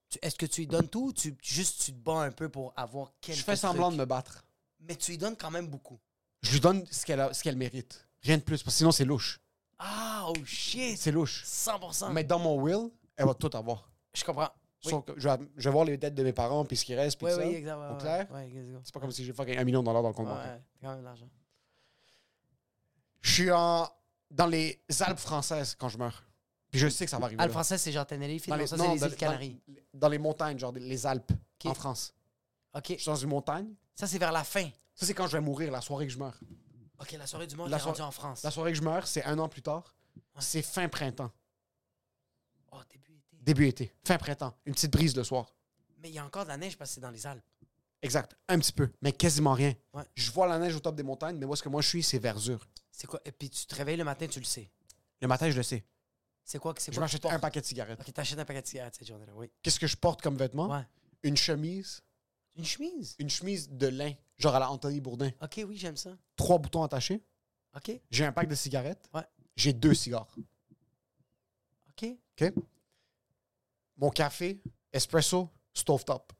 [SPEAKER 2] Tu- Est-ce que tu lui donnes tout ou tu, juste tu te bats un peu pour avoir quelques
[SPEAKER 3] je fais semblant
[SPEAKER 2] trucs?
[SPEAKER 3] de me battre.
[SPEAKER 2] Mais tu lui donnes quand même beaucoup.
[SPEAKER 3] Je lui donne ce qu'elle a- ce qu'elle mérite. Rien de plus, parce que sinon, c'est louche.
[SPEAKER 2] Ah, oh shit!
[SPEAKER 3] C'est louche.
[SPEAKER 2] 100%.
[SPEAKER 3] Mais dans mon will, elle va tout avoir.
[SPEAKER 2] Je comprends. Ah. Oui.
[SPEAKER 3] Sauf que je, vais, je vais voir les dettes de mes parents, puis ce qui reste, puis
[SPEAKER 2] Oui,
[SPEAKER 3] tout ça.
[SPEAKER 2] oui, exactement.
[SPEAKER 3] Au clair?
[SPEAKER 2] Ouais, let's go.
[SPEAKER 3] C'est pas comme si j'ai fucking un million de dollars dans le compte
[SPEAKER 2] Ouais,
[SPEAKER 3] bancaire.
[SPEAKER 2] ouais, t'as quand même de l'argent. Ah,
[SPEAKER 3] Je suis en, dans les Alpes françaises quand je meurs. Puis je sais que ça va arriver.
[SPEAKER 2] Al
[SPEAKER 3] là.
[SPEAKER 2] français, c'est genre Tenerife.
[SPEAKER 3] Dans
[SPEAKER 2] Non,
[SPEAKER 3] les-
[SPEAKER 2] ça,
[SPEAKER 3] non,
[SPEAKER 2] c'est
[SPEAKER 3] dans-
[SPEAKER 2] les îles
[SPEAKER 3] dans-
[SPEAKER 2] Canaries.
[SPEAKER 3] Dans les montagnes, genre des- les Alpes,
[SPEAKER 2] Ok.
[SPEAKER 3] en France.
[SPEAKER 2] OK.
[SPEAKER 3] Je suis dans une montagne.
[SPEAKER 2] Ça, c'est vers la fin.
[SPEAKER 3] Ça, c'est quand je vais mourir, la soirée que je meurs.
[SPEAKER 2] OK, la soirée du monde
[SPEAKER 3] La
[SPEAKER 2] est rendue
[SPEAKER 3] soirée-
[SPEAKER 2] en France.
[SPEAKER 3] La soirée que je meurs, c'est un an plus tard.
[SPEAKER 2] Ouais.
[SPEAKER 3] C'est fin printemps,
[SPEAKER 2] Oh, début été.
[SPEAKER 3] début été, fin printemps. Une petite brise le soir.
[SPEAKER 2] Mais il y a encore de la neige parce que c'est dans les Alpes.
[SPEAKER 3] Exact, un petit peu, mais quasiment rien.
[SPEAKER 2] Ouais.
[SPEAKER 3] Je vois la neige au top des montagnes, mais où est-ce que moi je suis, c'est verdure.
[SPEAKER 2] C'est quoi? Et puis tu te réveilles le matin, tu le sais.
[SPEAKER 3] Le matin, je le sais.
[SPEAKER 2] C'est quoi que c'est
[SPEAKER 3] Je
[SPEAKER 2] quoi que tu
[SPEAKER 3] m'achète un
[SPEAKER 2] portes?
[SPEAKER 3] paquet de cigarettes.
[SPEAKER 2] OK, t'achètes un paquet de cigarettes cette journée-là, oui.
[SPEAKER 3] Qu'est-ce que je porte comme vêtement
[SPEAKER 2] Ouais.
[SPEAKER 3] Une chemise,
[SPEAKER 2] Une chemise.
[SPEAKER 3] une chemise de lin, genre à la Anthony Bourdin.
[SPEAKER 2] OK, oui, j'aime ça.
[SPEAKER 3] Trois boutons attachés.
[SPEAKER 2] OK,
[SPEAKER 3] J'ai un pack de cigarettes.
[SPEAKER 2] Ouais.
[SPEAKER 3] J'ai deux cigares.
[SPEAKER 2] OK.
[SPEAKER 3] Mon café, espresso, stove top.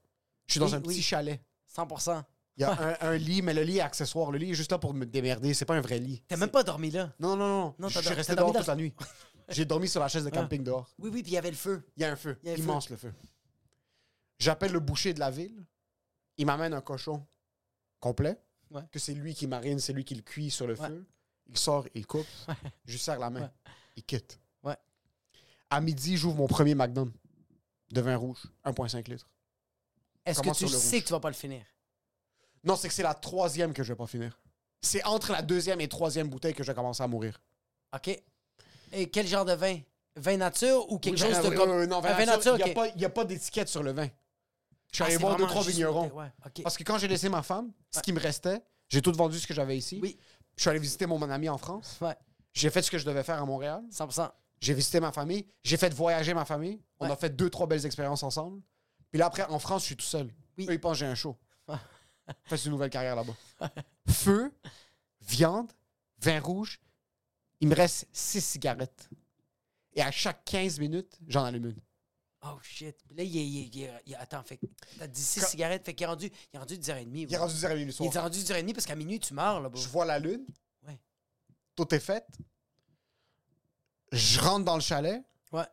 [SPEAKER 3] Je suis dans
[SPEAKER 2] Oui,
[SPEAKER 3] un petit
[SPEAKER 2] oui. Ah.
[SPEAKER 3] chalet.
[SPEAKER 2] 100
[SPEAKER 3] Il y a un, un lit, mais le lit est accessoire. Le lit est juste là pour me démerder. C'est pas un vrai lit.
[SPEAKER 2] T'as même pas dormi là.
[SPEAKER 3] Non, non, non.
[SPEAKER 2] Non,
[SPEAKER 3] je
[SPEAKER 2] t'as
[SPEAKER 3] suis
[SPEAKER 2] dor-
[SPEAKER 3] resté
[SPEAKER 2] t'as
[SPEAKER 3] dehors
[SPEAKER 2] dormi
[SPEAKER 3] toute la nuit. J'ai dormi sur la chaise de camping dehors.
[SPEAKER 2] Oui, oui, puis il y avait le feu.
[SPEAKER 3] Il y a un feu.
[SPEAKER 2] Il y a un feu.
[SPEAKER 3] immense le feu. J'appelle le boucher de la ville. Il m'amène un cochon complet.
[SPEAKER 2] Ouais.
[SPEAKER 3] Que c'est lui qui marine, c'est lui qui le cuit sur le
[SPEAKER 2] Ouais.
[SPEAKER 3] feu. Il sort, il coupe. Je lui serre la main.
[SPEAKER 2] Ouais.
[SPEAKER 3] Il quitte.
[SPEAKER 2] Ouais.
[SPEAKER 3] À midi, j'ouvre mon premier Magnum de vin rouge, 1,5 litres.
[SPEAKER 2] Est-ce que
[SPEAKER 3] Commence
[SPEAKER 2] tu
[SPEAKER 3] sur le
[SPEAKER 2] sais
[SPEAKER 3] rouge.
[SPEAKER 2] que tu vas pas le finir?
[SPEAKER 3] Non, c'est que c'est la troisième que je vais pas finir. C'est entre la deuxième et troisième bouteille que je vais commencer à mourir.
[SPEAKER 2] OK. Et quel genre de vin? Vin nature ou quelque chose de
[SPEAKER 3] Oui,
[SPEAKER 2] comme.
[SPEAKER 3] oui, oui, non, vin
[SPEAKER 2] un vin nature,
[SPEAKER 3] nature, Il n'y a
[SPEAKER 2] ok.
[SPEAKER 3] pas- il n'y a pas d'étiquette sur le vin. Je suis
[SPEAKER 2] Ah,
[SPEAKER 3] allé
[SPEAKER 2] c'est
[SPEAKER 3] voir deux,
[SPEAKER 2] vraiment
[SPEAKER 3] trois
[SPEAKER 2] juste-
[SPEAKER 3] vignerons.
[SPEAKER 2] Ouais, OK.
[SPEAKER 3] Parce que quand j'ai laissé ma femme, ce qui me restait, j'ai tout vendu ce que j'avais ici.
[SPEAKER 2] Oui.
[SPEAKER 3] Je suis allé visiter mon ami en France.
[SPEAKER 2] Ouais,
[SPEAKER 3] J'ai fait ce que je devais faire à Montréal.
[SPEAKER 2] 100
[SPEAKER 3] J'ai visité ma famille. J'ai fait voyager ma famille. On
[SPEAKER 2] Ouais.
[SPEAKER 3] a fait deux, trois belles expériences ensemble. Puis là, après, en France, je suis tout seul.
[SPEAKER 2] Oui.
[SPEAKER 3] Eux, ils pensent que j'ai un show.
[SPEAKER 2] Ouais.
[SPEAKER 3] Fais une nouvelle carrière là-bas. Feu, viande, vin rouge. Il me reste six cigarettes. Et à chaque 15 minutes, j'en allume une.
[SPEAKER 2] Oh shit. Puis Là, il est. il est- il est- il est- attends, fait que t'as 16
[SPEAKER 3] Quand-
[SPEAKER 2] cigarettes, fait qu'il est rendu, il est rendu 10h30.
[SPEAKER 3] Il est rendu 10h30 le
[SPEAKER 2] Il
[SPEAKER 3] soir.
[SPEAKER 2] est rendu 10h30 parce qu'à minuit, tu meurs là-bas.
[SPEAKER 3] Je vois la lune.
[SPEAKER 2] Ouais.
[SPEAKER 3] Tout est fait. Je rentre dans le chalet.
[SPEAKER 2] Ouais.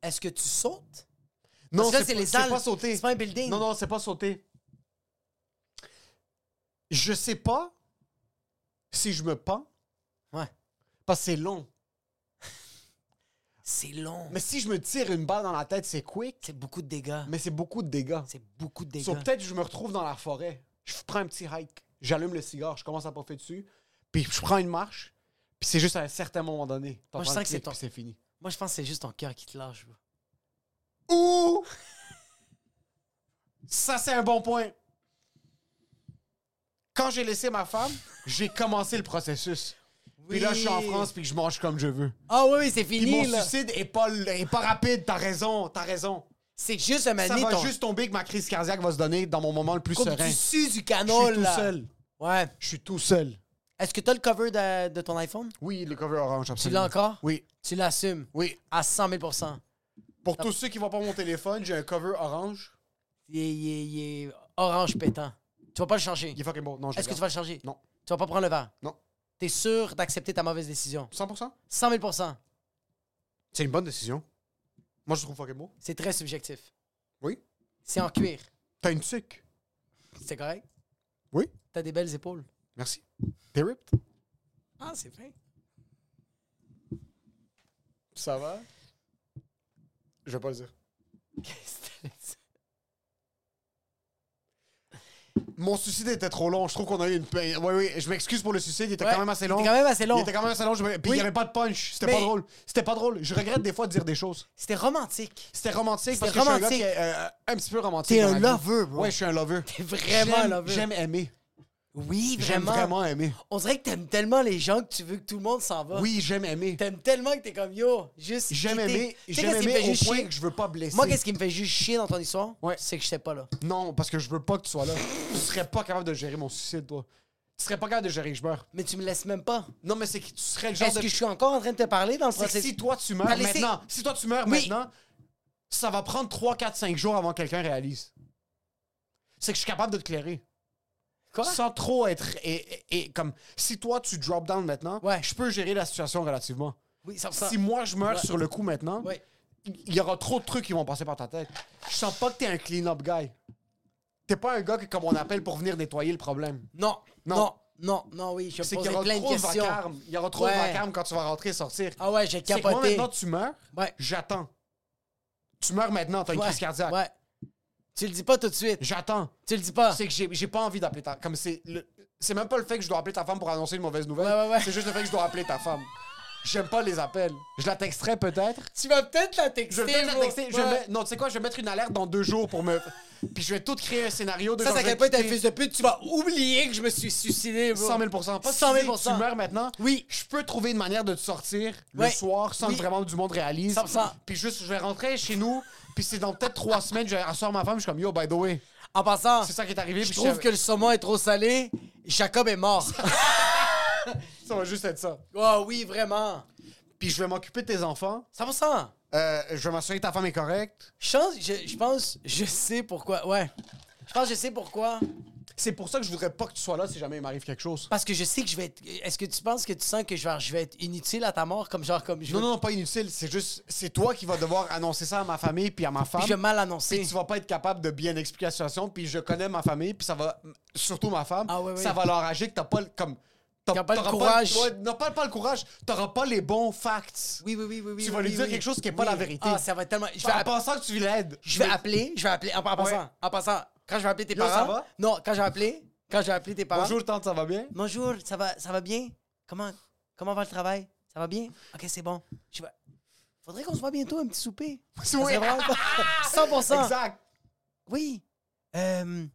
[SPEAKER 2] Est-ce que tu sautes?
[SPEAKER 3] Non,
[SPEAKER 2] que là,
[SPEAKER 3] c'est
[SPEAKER 2] c'est
[SPEAKER 3] pas,
[SPEAKER 2] les
[SPEAKER 3] c'est
[SPEAKER 2] Alpes.
[SPEAKER 3] pas sauter.
[SPEAKER 2] C'est pas un building.
[SPEAKER 3] Non, non, c'est pas sauter. Je sais pas si je me pends.
[SPEAKER 2] Ouais.
[SPEAKER 3] Parce que c'est long.
[SPEAKER 2] C'est long.
[SPEAKER 3] Mais si je me tire une balle dans la tête, c'est quick.
[SPEAKER 2] C'est beaucoup de dégâts.
[SPEAKER 3] Mais c'est beaucoup de dégâts.
[SPEAKER 2] C'est beaucoup de dégâts.
[SPEAKER 3] Sauf peut-être que je me retrouve dans la forêt. Je prends un petit hike. J'allume le cigare. Je commence à poffer dessus. Puis je prends une marche. Puis c'est juste à un certain moment donné.
[SPEAKER 2] Moi, je
[SPEAKER 3] T'entends
[SPEAKER 2] sens
[SPEAKER 3] le
[SPEAKER 2] que c'est
[SPEAKER 3] clic,
[SPEAKER 2] ton-
[SPEAKER 3] puis c'est fini.
[SPEAKER 2] Moi, je pense que c'est juste ton cœur qui te lâche. bro.
[SPEAKER 3] Ouh! Ça, c'est un bon point. Quand j'ai laissé ma femme, j'ai commencé le processus. Puis là, je suis en
[SPEAKER 2] Oui.
[SPEAKER 3] France, puis je mange comme je veux.
[SPEAKER 2] Ah oui, oui, c'est
[SPEAKER 3] Puis mon
[SPEAKER 2] fini, là.
[SPEAKER 3] suicide est pas, est pas rapide, t'as raison, t'as raison.
[SPEAKER 2] C'est juste un
[SPEAKER 3] Ça
[SPEAKER 2] manie,
[SPEAKER 3] va
[SPEAKER 2] ton...
[SPEAKER 3] juste tomber que ma crise cardiaque va se donner dans mon moment le plus
[SPEAKER 2] Comme
[SPEAKER 3] serein.
[SPEAKER 2] tu
[SPEAKER 3] Je
[SPEAKER 2] sues du
[SPEAKER 3] suis
[SPEAKER 2] canal,
[SPEAKER 3] tout
[SPEAKER 2] là.
[SPEAKER 3] seul.
[SPEAKER 2] Ouais.
[SPEAKER 3] Je suis tout seul.
[SPEAKER 2] Est-ce que t'as le cover de, de ton iPhone?
[SPEAKER 3] Oui, le cover orange,
[SPEAKER 2] Tu
[SPEAKER 3] absolument.
[SPEAKER 2] l'as encore?
[SPEAKER 3] Oui,
[SPEAKER 2] Tu l'assumes
[SPEAKER 3] oui.
[SPEAKER 2] à 100 000
[SPEAKER 3] Pour
[SPEAKER 2] Ah.
[SPEAKER 3] tous ceux qui voient pas mon téléphone, j'ai un cover orange.
[SPEAKER 2] Il est, il est- il est orange pétant. Tu vas pas le changer.
[SPEAKER 3] Il est fucking beau. Non, je
[SPEAKER 2] Est-ce que
[SPEAKER 3] le
[SPEAKER 2] tu vas le changer?
[SPEAKER 3] Non.
[SPEAKER 2] Tu vas pas prendre le verre?
[SPEAKER 3] Non.
[SPEAKER 2] T'es sûr d'accepter ta mauvaise décision?
[SPEAKER 3] garde. 100%?
[SPEAKER 2] 100 000
[SPEAKER 3] C'est une bonne décision. Moi, je le trouve fucking beau.
[SPEAKER 2] C'est très subjectif.
[SPEAKER 3] Oui.
[SPEAKER 2] C'est en cuir.
[SPEAKER 3] T'as une tuque.
[SPEAKER 2] C'est correct?
[SPEAKER 3] Oui.
[SPEAKER 2] T'as des belles épaules.
[SPEAKER 3] Merci. T'es ripped.
[SPEAKER 2] Ah, c'est vrai.
[SPEAKER 3] Ça va? Je vais pas le dire. Mon suicide était trop long. Je trouve qu'on a eu une peine. Oui, oui, je m'excuse pour le suicide. Il était
[SPEAKER 2] Ouais,
[SPEAKER 3] quand même assez long.
[SPEAKER 2] C'est quand même assez
[SPEAKER 3] Il
[SPEAKER 2] long.
[SPEAKER 3] était quand même assez long. Je me- Puis il
[SPEAKER 2] Oui.
[SPEAKER 3] n'y avait pas de punch. C'était
[SPEAKER 2] Mais-
[SPEAKER 3] pas drôle. C'était pas drôle. Je regrette des fois de dire des choses.
[SPEAKER 2] C'était romantique.
[SPEAKER 3] C'était romantique parce que
[SPEAKER 2] C'était
[SPEAKER 3] je suis un
[SPEAKER 2] romantique.
[SPEAKER 3] gars qui est euh, un petit peu romantique.
[SPEAKER 2] T'es
[SPEAKER 3] dans
[SPEAKER 2] un
[SPEAKER 3] la vie.
[SPEAKER 2] lover, bro.
[SPEAKER 3] Ouais, je suis un lover.
[SPEAKER 2] T'es vraiment un
[SPEAKER 3] J'aime-
[SPEAKER 2] lover.
[SPEAKER 3] J'aime aimer.
[SPEAKER 2] Oui,
[SPEAKER 3] J'aime
[SPEAKER 2] vraiment.
[SPEAKER 3] vraiment aimer.
[SPEAKER 2] On dirait que t'aimes tellement les gens que tu veux que tout le monde s'en va.
[SPEAKER 3] Oui, j'aime aimer.
[SPEAKER 2] T'aimes tellement que t'es comme yo, juste.
[SPEAKER 3] J'aime
[SPEAKER 2] quitter.
[SPEAKER 3] aimer.
[SPEAKER 2] Tu sais
[SPEAKER 3] J'aime
[SPEAKER 2] qu'est-ce qui me
[SPEAKER 3] aimer
[SPEAKER 2] fait
[SPEAKER 3] au
[SPEAKER 2] juste
[SPEAKER 3] point
[SPEAKER 2] chier?
[SPEAKER 3] que je veux pas blesser.
[SPEAKER 2] Moi, qu'est-ce qui me fait juste chier dans ton histoire?
[SPEAKER 3] Ouais.
[SPEAKER 2] C'est que j'étais pas là.
[SPEAKER 3] Non, parce que je veux pas que tu sois là. tu serais pas capable de gérer mon suicide, toi. Tu serais pas capable de gérer que je meurs.
[SPEAKER 2] Mais tu me laisses même pas.
[SPEAKER 3] Non, mais c'est que tu serais le genre
[SPEAKER 2] Est-ce
[SPEAKER 3] de.
[SPEAKER 2] que je suis encore en train de te parler dans le
[SPEAKER 3] C'est que
[SPEAKER 2] processus?
[SPEAKER 3] si toi tu meurs
[SPEAKER 2] T'as laissé-
[SPEAKER 3] maintenant, si toi tu meurs
[SPEAKER 2] Oui.
[SPEAKER 3] maintenant, ça va prendre 3, 4, 5 jours avant que quelqu'un réalise. C'est que je suis capable de te clairer.
[SPEAKER 2] Quoi?
[SPEAKER 3] Sans trop être. Et, et- et comme si toi tu drop down maintenant,
[SPEAKER 2] Ouais.
[SPEAKER 3] je peux gérer la situation relativement.
[SPEAKER 2] Oui, 100%.
[SPEAKER 3] Si moi je meurs
[SPEAKER 2] Ouais.
[SPEAKER 3] sur le coup maintenant,
[SPEAKER 2] Ouais.
[SPEAKER 3] il y aura trop de trucs qui vont passer par ta tête. Je sens pas que t'es un clean-up guy. T'es pas un gars que, comme on appelle pour venir nettoyer le problème.
[SPEAKER 2] Non. Non.
[SPEAKER 3] Non.
[SPEAKER 2] Non. Non, non, oui, je
[SPEAKER 3] C'est
[SPEAKER 2] posais
[SPEAKER 3] qu'il y aura
[SPEAKER 2] plein de
[SPEAKER 3] trop de
[SPEAKER 2] questions.
[SPEAKER 3] vacarme. Il y aura trop de
[SPEAKER 2] Ouais.
[SPEAKER 3] vacarme quand tu vas rentrer et sortir.
[SPEAKER 2] Ah ouais, j'ai
[SPEAKER 3] C'est que moi,
[SPEAKER 2] capoté.
[SPEAKER 3] maintenant, tu meurs,
[SPEAKER 2] Ouais.
[SPEAKER 3] j'attends. Tu meurs maintenant, t'as une
[SPEAKER 2] ouais,
[SPEAKER 3] crise cardiaque.
[SPEAKER 2] Ouais. Ah. Tu le dis pas tout de suite.
[SPEAKER 3] J'attends.
[SPEAKER 2] Tu le dis pas.
[SPEAKER 3] C'est que j'ai j'ai pas envie d'appeler ta... Comme c'est... le- C'est même pas le fait que je dois appeler ta femme pour annoncer une mauvaise nouvelle.
[SPEAKER 2] Ouais, ouais, ouais.
[SPEAKER 3] C'est juste le fait que je dois appeler ta femme. J'aime pas les appels. Je la texterai peut-être.
[SPEAKER 2] Tu vas peut-être la texter.
[SPEAKER 3] Je vais peut-être la
[SPEAKER 2] bro.
[SPEAKER 3] texter. Je vais
[SPEAKER 2] Ouais.
[SPEAKER 3] mettre- Non, tu sais quoi? Je vais mettre une alerte dans deux jours pour me... Puis je vais tout créer un scénario de...
[SPEAKER 2] Ça, c'est
[SPEAKER 3] genre,
[SPEAKER 2] à
[SPEAKER 3] je vais
[SPEAKER 2] quel point t'as
[SPEAKER 3] quitter
[SPEAKER 2] fils de pute, tu vas oublier que je me suis suicidé, bro.
[SPEAKER 3] 100 000 Pas
[SPEAKER 2] 100 000
[SPEAKER 3] si tu meurs maintenant.
[SPEAKER 2] Oui.
[SPEAKER 3] Je peux trouver une manière de te sortir le
[SPEAKER 2] Ouais.
[SPEAKER 3] soir sans
[SPEAKER 2] Oui.
[SPEAKER 3] que vraiment du monde réalise.
[SPEAKER 2] 100%.
[SPEAKER 3] Puis juste, je vais rentrer chez nous. Puis c'est dans peut-être trois semaines, je vais asseoir ma femme. Je suis comme, yo, by the way,
[SPEAKER 2] En passant,
[SPEAKER 3] c'est ça qui est arrivé.
[SPEAKER 2] je
[SPEAKER 3] puis
[SPEAKER 2] trouve que le saumon est trop salé. Jacob est mort.
[SPEAKER 3] Ça va juste être ça.
[SPEAKER 2] oh oui, vraiment.
[SPEAKER 3] Puis je vais m'occuper de tes enfants.
[SPEAKER 2] 100%.
[SPEAKER 3] Euh, je vais m'assurer que ta femme est correcte.
[SPEAKER 2] Je pense, je, je pense, je sais pourquoi. Ouais. Je pense, que je sais pourquoi.
[SPEAKER 3] C'est pour ça que je voudrais pas que tu sois là si jamais il m'arrive quelque chose.
[SPEAKER 2] Parce que je sais que je vais être. Est-ce que tu penses que tu sens que je vais, je vais être inutile à ta mort, comme genre comme je.
[SPEAKER 3] Non,
[SPEAKER 2] vais-
[SPEAKER 3] non, non, pas inutile. C'est juste, c'est toi qui vas devoir annoncer ça à ma famille puis à ma femme.
[SPEAKER 2] Puis je vais mal
[SPEAKER 3] Puis
[SPEAKER 2] annoncer.
[SPEAKER 3] tu vas pas être capable de bien expliquer la situation. Puis je connais ma famille, puis ça va, surtout ma femme,
[SPEAKER 2] Ah ouais, ouais.
[SPEAKER 3] ça va l'enrager que t'as pas le, comme,
[SPEAKER 2] T'as pas le
[SPEAKER 3] t'auras
[SPEAKER 2] courage.
[SPEAKER 3] ouais, non, pas, pas le courage. T'auras pas les bons facts.
[SPEAKER 2] Oui, oui, oui, oui. oui,
[SPEAKER 3] Tu vas
[SPEAKER 2] oui,
[SPEAKER 3] lui
[SPEAKER 2] oui,
[SPEAKER 3] dire
[SPEAKER 2] oui.
[SPEAKER 3] quelque chose qui est pas la vérité.
[SPEAKER 2] Ah, ça va être tellement. Je vais,
[SPEAKER 3] en
[SPEAKER 2] app-
[SPEAKER 3] pensant que tu l'aides.
[SPEAKER 2] je vais appeler. Je vais appeler. En, en passant. En passant. Quand je vais appeler tes
[SPEAKER 3] Yo, ça
[SPEAKER 2] parents.
[SPEAKER 3] va?
[SPEAKER 2] Non, quand je vais appeler. Quand je vais appeler tes parents.
[SPEAKER 3] Bonjour, tante, ça va bien?
[SPEAKER 2] Bonjour, ça va, ça va bien? Comment, comment va le travail? Ça va bien? Ok, c'est bon. Je vais... Faudrait qu'on se voit bientôt un petit souper. Ça
[SPEAKER 3] Oui.
[SPEAKER 2] serait vraiment pas- 100%.
[SPEAKER 3] Exact.
[SPEAKER 2] Oui. Euh,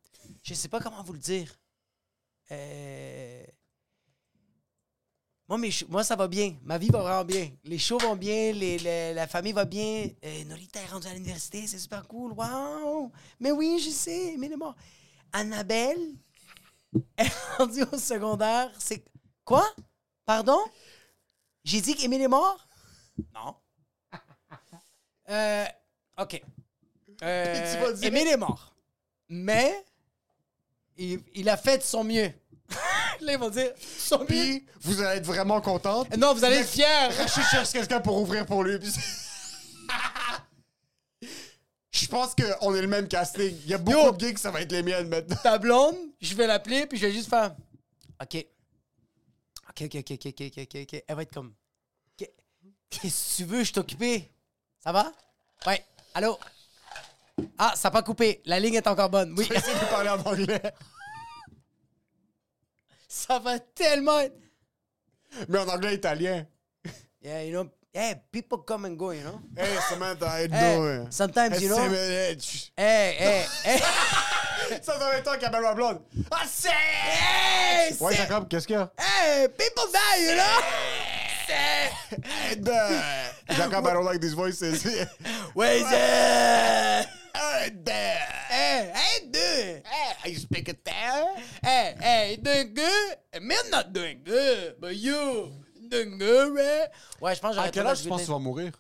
[SPEAKER 2] je sais pas comment vous le dire. Euh, Moi, mes ch- moi, ça va bien. Ma vie va vraiment bien. Les shows vont bien. les- les- la famille va bien. Euh, Norita est rendue à l'université. C'est super cool. Waouh! Mais oui, je sais. Mais le mot. Annabelle est rendue au secondaire. C'est. Quoi? Pardon? J'ai dit qu'Émile est mort? Non. Euh, OK. Euh,
[SPEAKER 3] tu vas dire-
[SPEAKER 2] Émile est mort. Mais il, il a fait de son mieux. Là, ils vont dire son mieux.
[SPEAKER 3] Puis vous allez être vraiment contente.
[SPEAKER 2] Non, vous allez être fiers.
[SPEAKER 3] Rachid cherche quelqu'un pour ouvrir pour lui. puis Je pense qu'on est le même casting. Il y a beaucoup
[SPEAKER 2] Yo.
[SPEAKER 3] de gigs, ça va être les miennes maintenant.
[SPEAKER 2] Ta blonde, je vais l'appeler, puis je vais juste faire. OK. OK, OK, OK, OK, OK, OK, OK. Elle va être comme. Qu'est- Qu'est-ce que tu veux? Je suis occupé. Ça va? Ouais. Allô? Ah, ça n'a pas coupé. La ligne est encore bonne. Oui.
[SPEAKER 3] Essayez de parler en anglais.
[SPEAKER 2] ça va tellement être.
[SPEAKER 3] Mais en anglais italien.
[SPEAKER 2] Yeah, you know. Hey, people come and go, you know?
[SPEAKER 3] Hey, Samantha, how you
[SPEAKER 2] Hey,
[SPEAKER 3] doing?
[SPEAKER 2] sometimes, you know.
[SPEAKER 3] Hey, Samantha, tch.
[SPEAKER 2] Hey, hey, hey.
[SPEAKER 3] Ça doit être toi qui appelle ma blonde.
[SPEAKER 2] Ah, c'est. Hey, c'est-
[SPEAKER 3] Ouais, Jacob, qu'est-ce qu'il y a?
[SPEAKER 2] Hey, people die, you know? C'est.
[SPEAKER 3] Hey, there. Jacob, I don't like these voices.
[SPEAKER 2] Ouais, c'est.
[SPEAKER 3] Hey, there.
[SPEAKER 2] Hey, hey, dude.
[SPEAKER 3] Hey, you speak it there?
[SPEAKER 2] Hey, hey, doing good? Me not doing good, but you doing good, right? Ouais, je pense que
[SPEAKER 3] À
[SPEAKER 2] j'aurais
[SPEAKER 3] quel
[SPEAKER 2] pas
[SPEAKER 3] âge tu penses que
[SPEAKER 2] d'ajouter.
[SPEAKER 3] tu vas mourir?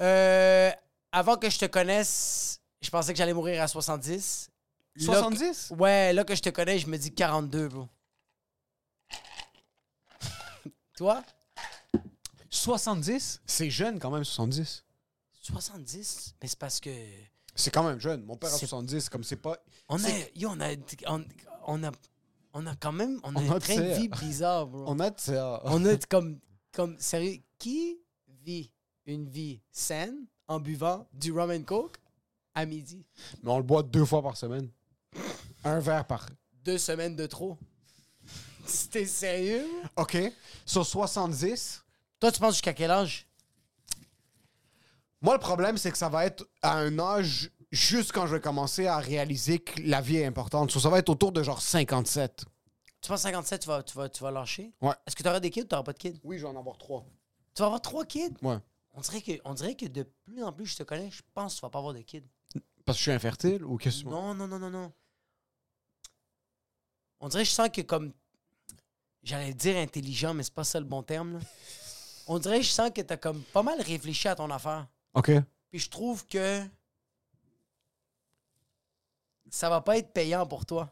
[SPEAKER 2] Euh, avant que je te connaisse, je pensais que j'allais mourir à 70. Là que-
[SPEAKER 3] 70?
[SPEAKER 2] ouais, là que je te connais, je me dis 42, bro. Toi?
[SPEAKER 3] 70? C'est jeune quand même, 70.
[SPEAKER 2] 70? Mais c'est parce que...
[SPEAKER 3] C'est quand même jeune. Mon père a
[SPEAKER 2] C'est-
[SPEAKER 3] 70, comme c'est pas.
[SPEAKER 2] On a...
[SPEAKER 3] C'est-
[SPEAKER 2] Yo, on a... On, on a... On a quand même... On a
[SPEAKER 3] On a
[SPEAKER 2] un train de
[SPEAKER 3] tiré.
[SPEAKER 2] vie bizarre, bro.
[SPEAKER 3] On a de ça.
[SPEAKER 2] On a comme, comme, sérieux, qui vit une vie saine en buvant du rum and coke à midi?
[SPEAKER 3] Mais on le boit deux fois par semaine. Un verre par.
[SPEAKER 2] Deux semaines de trop. C'était sérieux?
[SPEAKER 3] OK. Sur 70,
[SPEAKER 2] Toi, tu penses jusqu'à quel âge?
[SPEAKER 3] moi, le problème, c'est que ça va être à un âge juste quand je vais commencer à réaliser que la vie est importante. So, ça va être autour de genre 57.
[SPEAKER 2] Tu penses 57, tu vas, tu vas, tu vas lâcher?
[SPEAKER 3] Ouais.
[SPEAKER 2] Est-ce que tu auras des kids ou tu n'auras pas de kids?
[SPEAKER 3] Oui, je vais en avoir trois.
[SPEAKER 2] Tu vas avoir trois kids?
[SPEAKER 3] Ouais.
[SPEAKER 2] On dirait, que, on dirait que de plus en plus je te connais, je pense que tu vas pas avoir de kids.
[SPEAKER 3] Parce que je suis infertile ou qu'est-ce que
[SPEAKER 2] Non, non, non, non, non. On dirait que je sens que comme. J'allais dire intelligent, mais c'est pas ça le bon terme. là. On dirait que je sens que t'as comme pas mal réfléchi à ton affaire.
[SPEAKER 3] OK.
[SPEAKER 2] Puis je trouve que. Ça va pas être payant pour toi.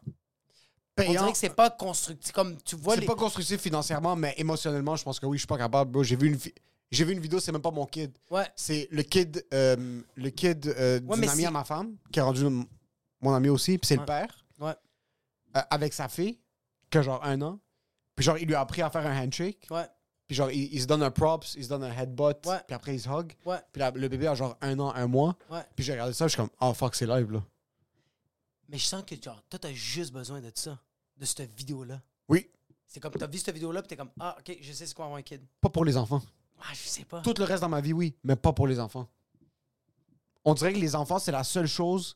[SPEAKER 2] On
[SPEAKER 3] Payant.
[SPEAKER 2] dirait que c'est pas constructif. Comme tu vois
[SPEAKER 3] C'est
[SPEAKER 2] les.
[SPEAKER 3] pas constructif financièrement, mais émotionnellement, je pense que oui, je suis pas capable. bro. J'ai vu une, vi- j'ai vu une vidéo, c'est même pas mon kid.
[SPEAKER 2] Ouais.
[SPEAKER 3] C'est le kid, euh, le kid euh,
[SPEAKER 2] Ouais,
[SPEAKER 3] d'une
[SPEAKER 2] mais
[SPEAKER 3] amie
[SPEAKER 2] si-
[SPEAKER 3] à ma femme, qui est rendu m- mon ami aussi, puis c'est
[SPEAKER 2] Ouais.
[SPEAKER 3] le père,
[SPEAKER 2] Ouais.
[SPEAKER 3] euh, avec sa fille. que genre un an. Puis genre, il lui a appris à faire un handshake.
[SPEAKER 2] Ouais,
[SPEAKER 3] Puis genre, il, il se donne un props, il se donne un headbutt.
[SPEAKER 2] Ouais.
[SPEAKER 3] Puis après, il se hug.
[SPEAKER 2] ouais,
[SPEAKER 3] Puis la- le bébé a genre un an, un mois.
[SPEAKER 2] ouais.
[SPEAKER 3] Puis j'ai regardé ça, je suis comme, oh fuck, c'est live là.
[SPEAKER 2] Mais je sens que, genre, toi, t'as juste besoin de ça, de cette vidéo-là.
[SPEAKER 3] Oui,
[SPEAKER 2] C'est comme, t'as vu cette vidéo-là, puis t'es comme, ah, ok, je sais c'est quoi avoir un kid.
[SPEAKER 3] pas pour les enfants.
[SPEAKER 2] Ah, je sais pas.
[SPEAKER 3] Tout le reste dans ma vie, oui, mais pas pour les enfants. On dirait que les enfants, c'est la seule chose.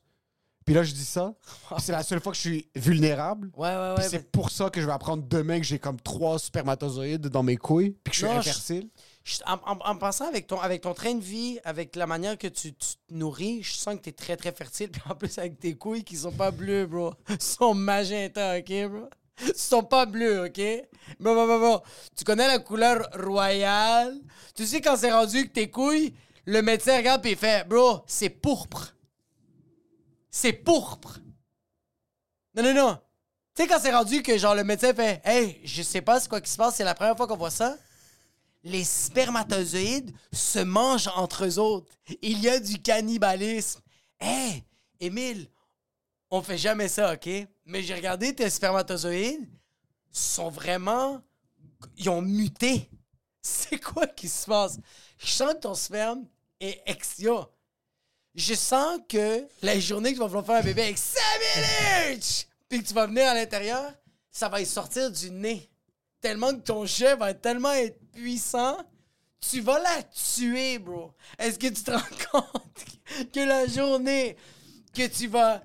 [SPEAKER 3] Puis là, je dis ça. puis C'est la seule fois que je suis vulnérable.
[SPEAKER 2] Ouais, Ah. ouais,
[SPEAKER 3] Puis
[SPEAKER 2] ouais. mais
[SPEAKER 3] c'est pour ça que je vais apprendre demain que j'ai comme trois spermatozoïdes dans mes couilles. Puis que je suis
[SPEAKER 2] Non, je-
[SPEAKER 3] infertile.
[SPEAKER 2] je- en, en- en passant avec ton, avec ton train de vie, avec la manière que tu, tu te nourris, je sens que t'es très, très fertile. Puis en plus, avec tes couilles qui sont pas bleues, bro. sont magenta, ok, bro? sont pas bleus, ok? Bon, bon, bon, bon. Tu connais la couleur royale? Tu sais quand c'est rendu que tes couilles, le médecin regarde puis il fait, bro, c'est pourpre. C'est pourpre. Non, non, non. Tu sais quand c'est rendu que genre le médecin fait, hey, je sais pas c'est quoi qui se passe, c'est la première fois qu'on voit ça. Les spermatozoïdes se mangent entre eux autres. Il y a du cannibalisme. Hey, Émile, on fait jamais ça, OK? Mais j'ai regardé tes spermatozoïdes, sont vraiment. Ils ont muté. C'est quoi qui se passe? Je sens que ton sperme est exia. Je sens que la journée que tu vas vouloir faire un bébé avec 5 minutes, puis que tu vas venir à l'intérieur, ça va y sortir du nez. Tellement que ton chef va tellement être puissant, tu vas la tuer, bro. Est-ce que tu te rends compte que la journée que tu vas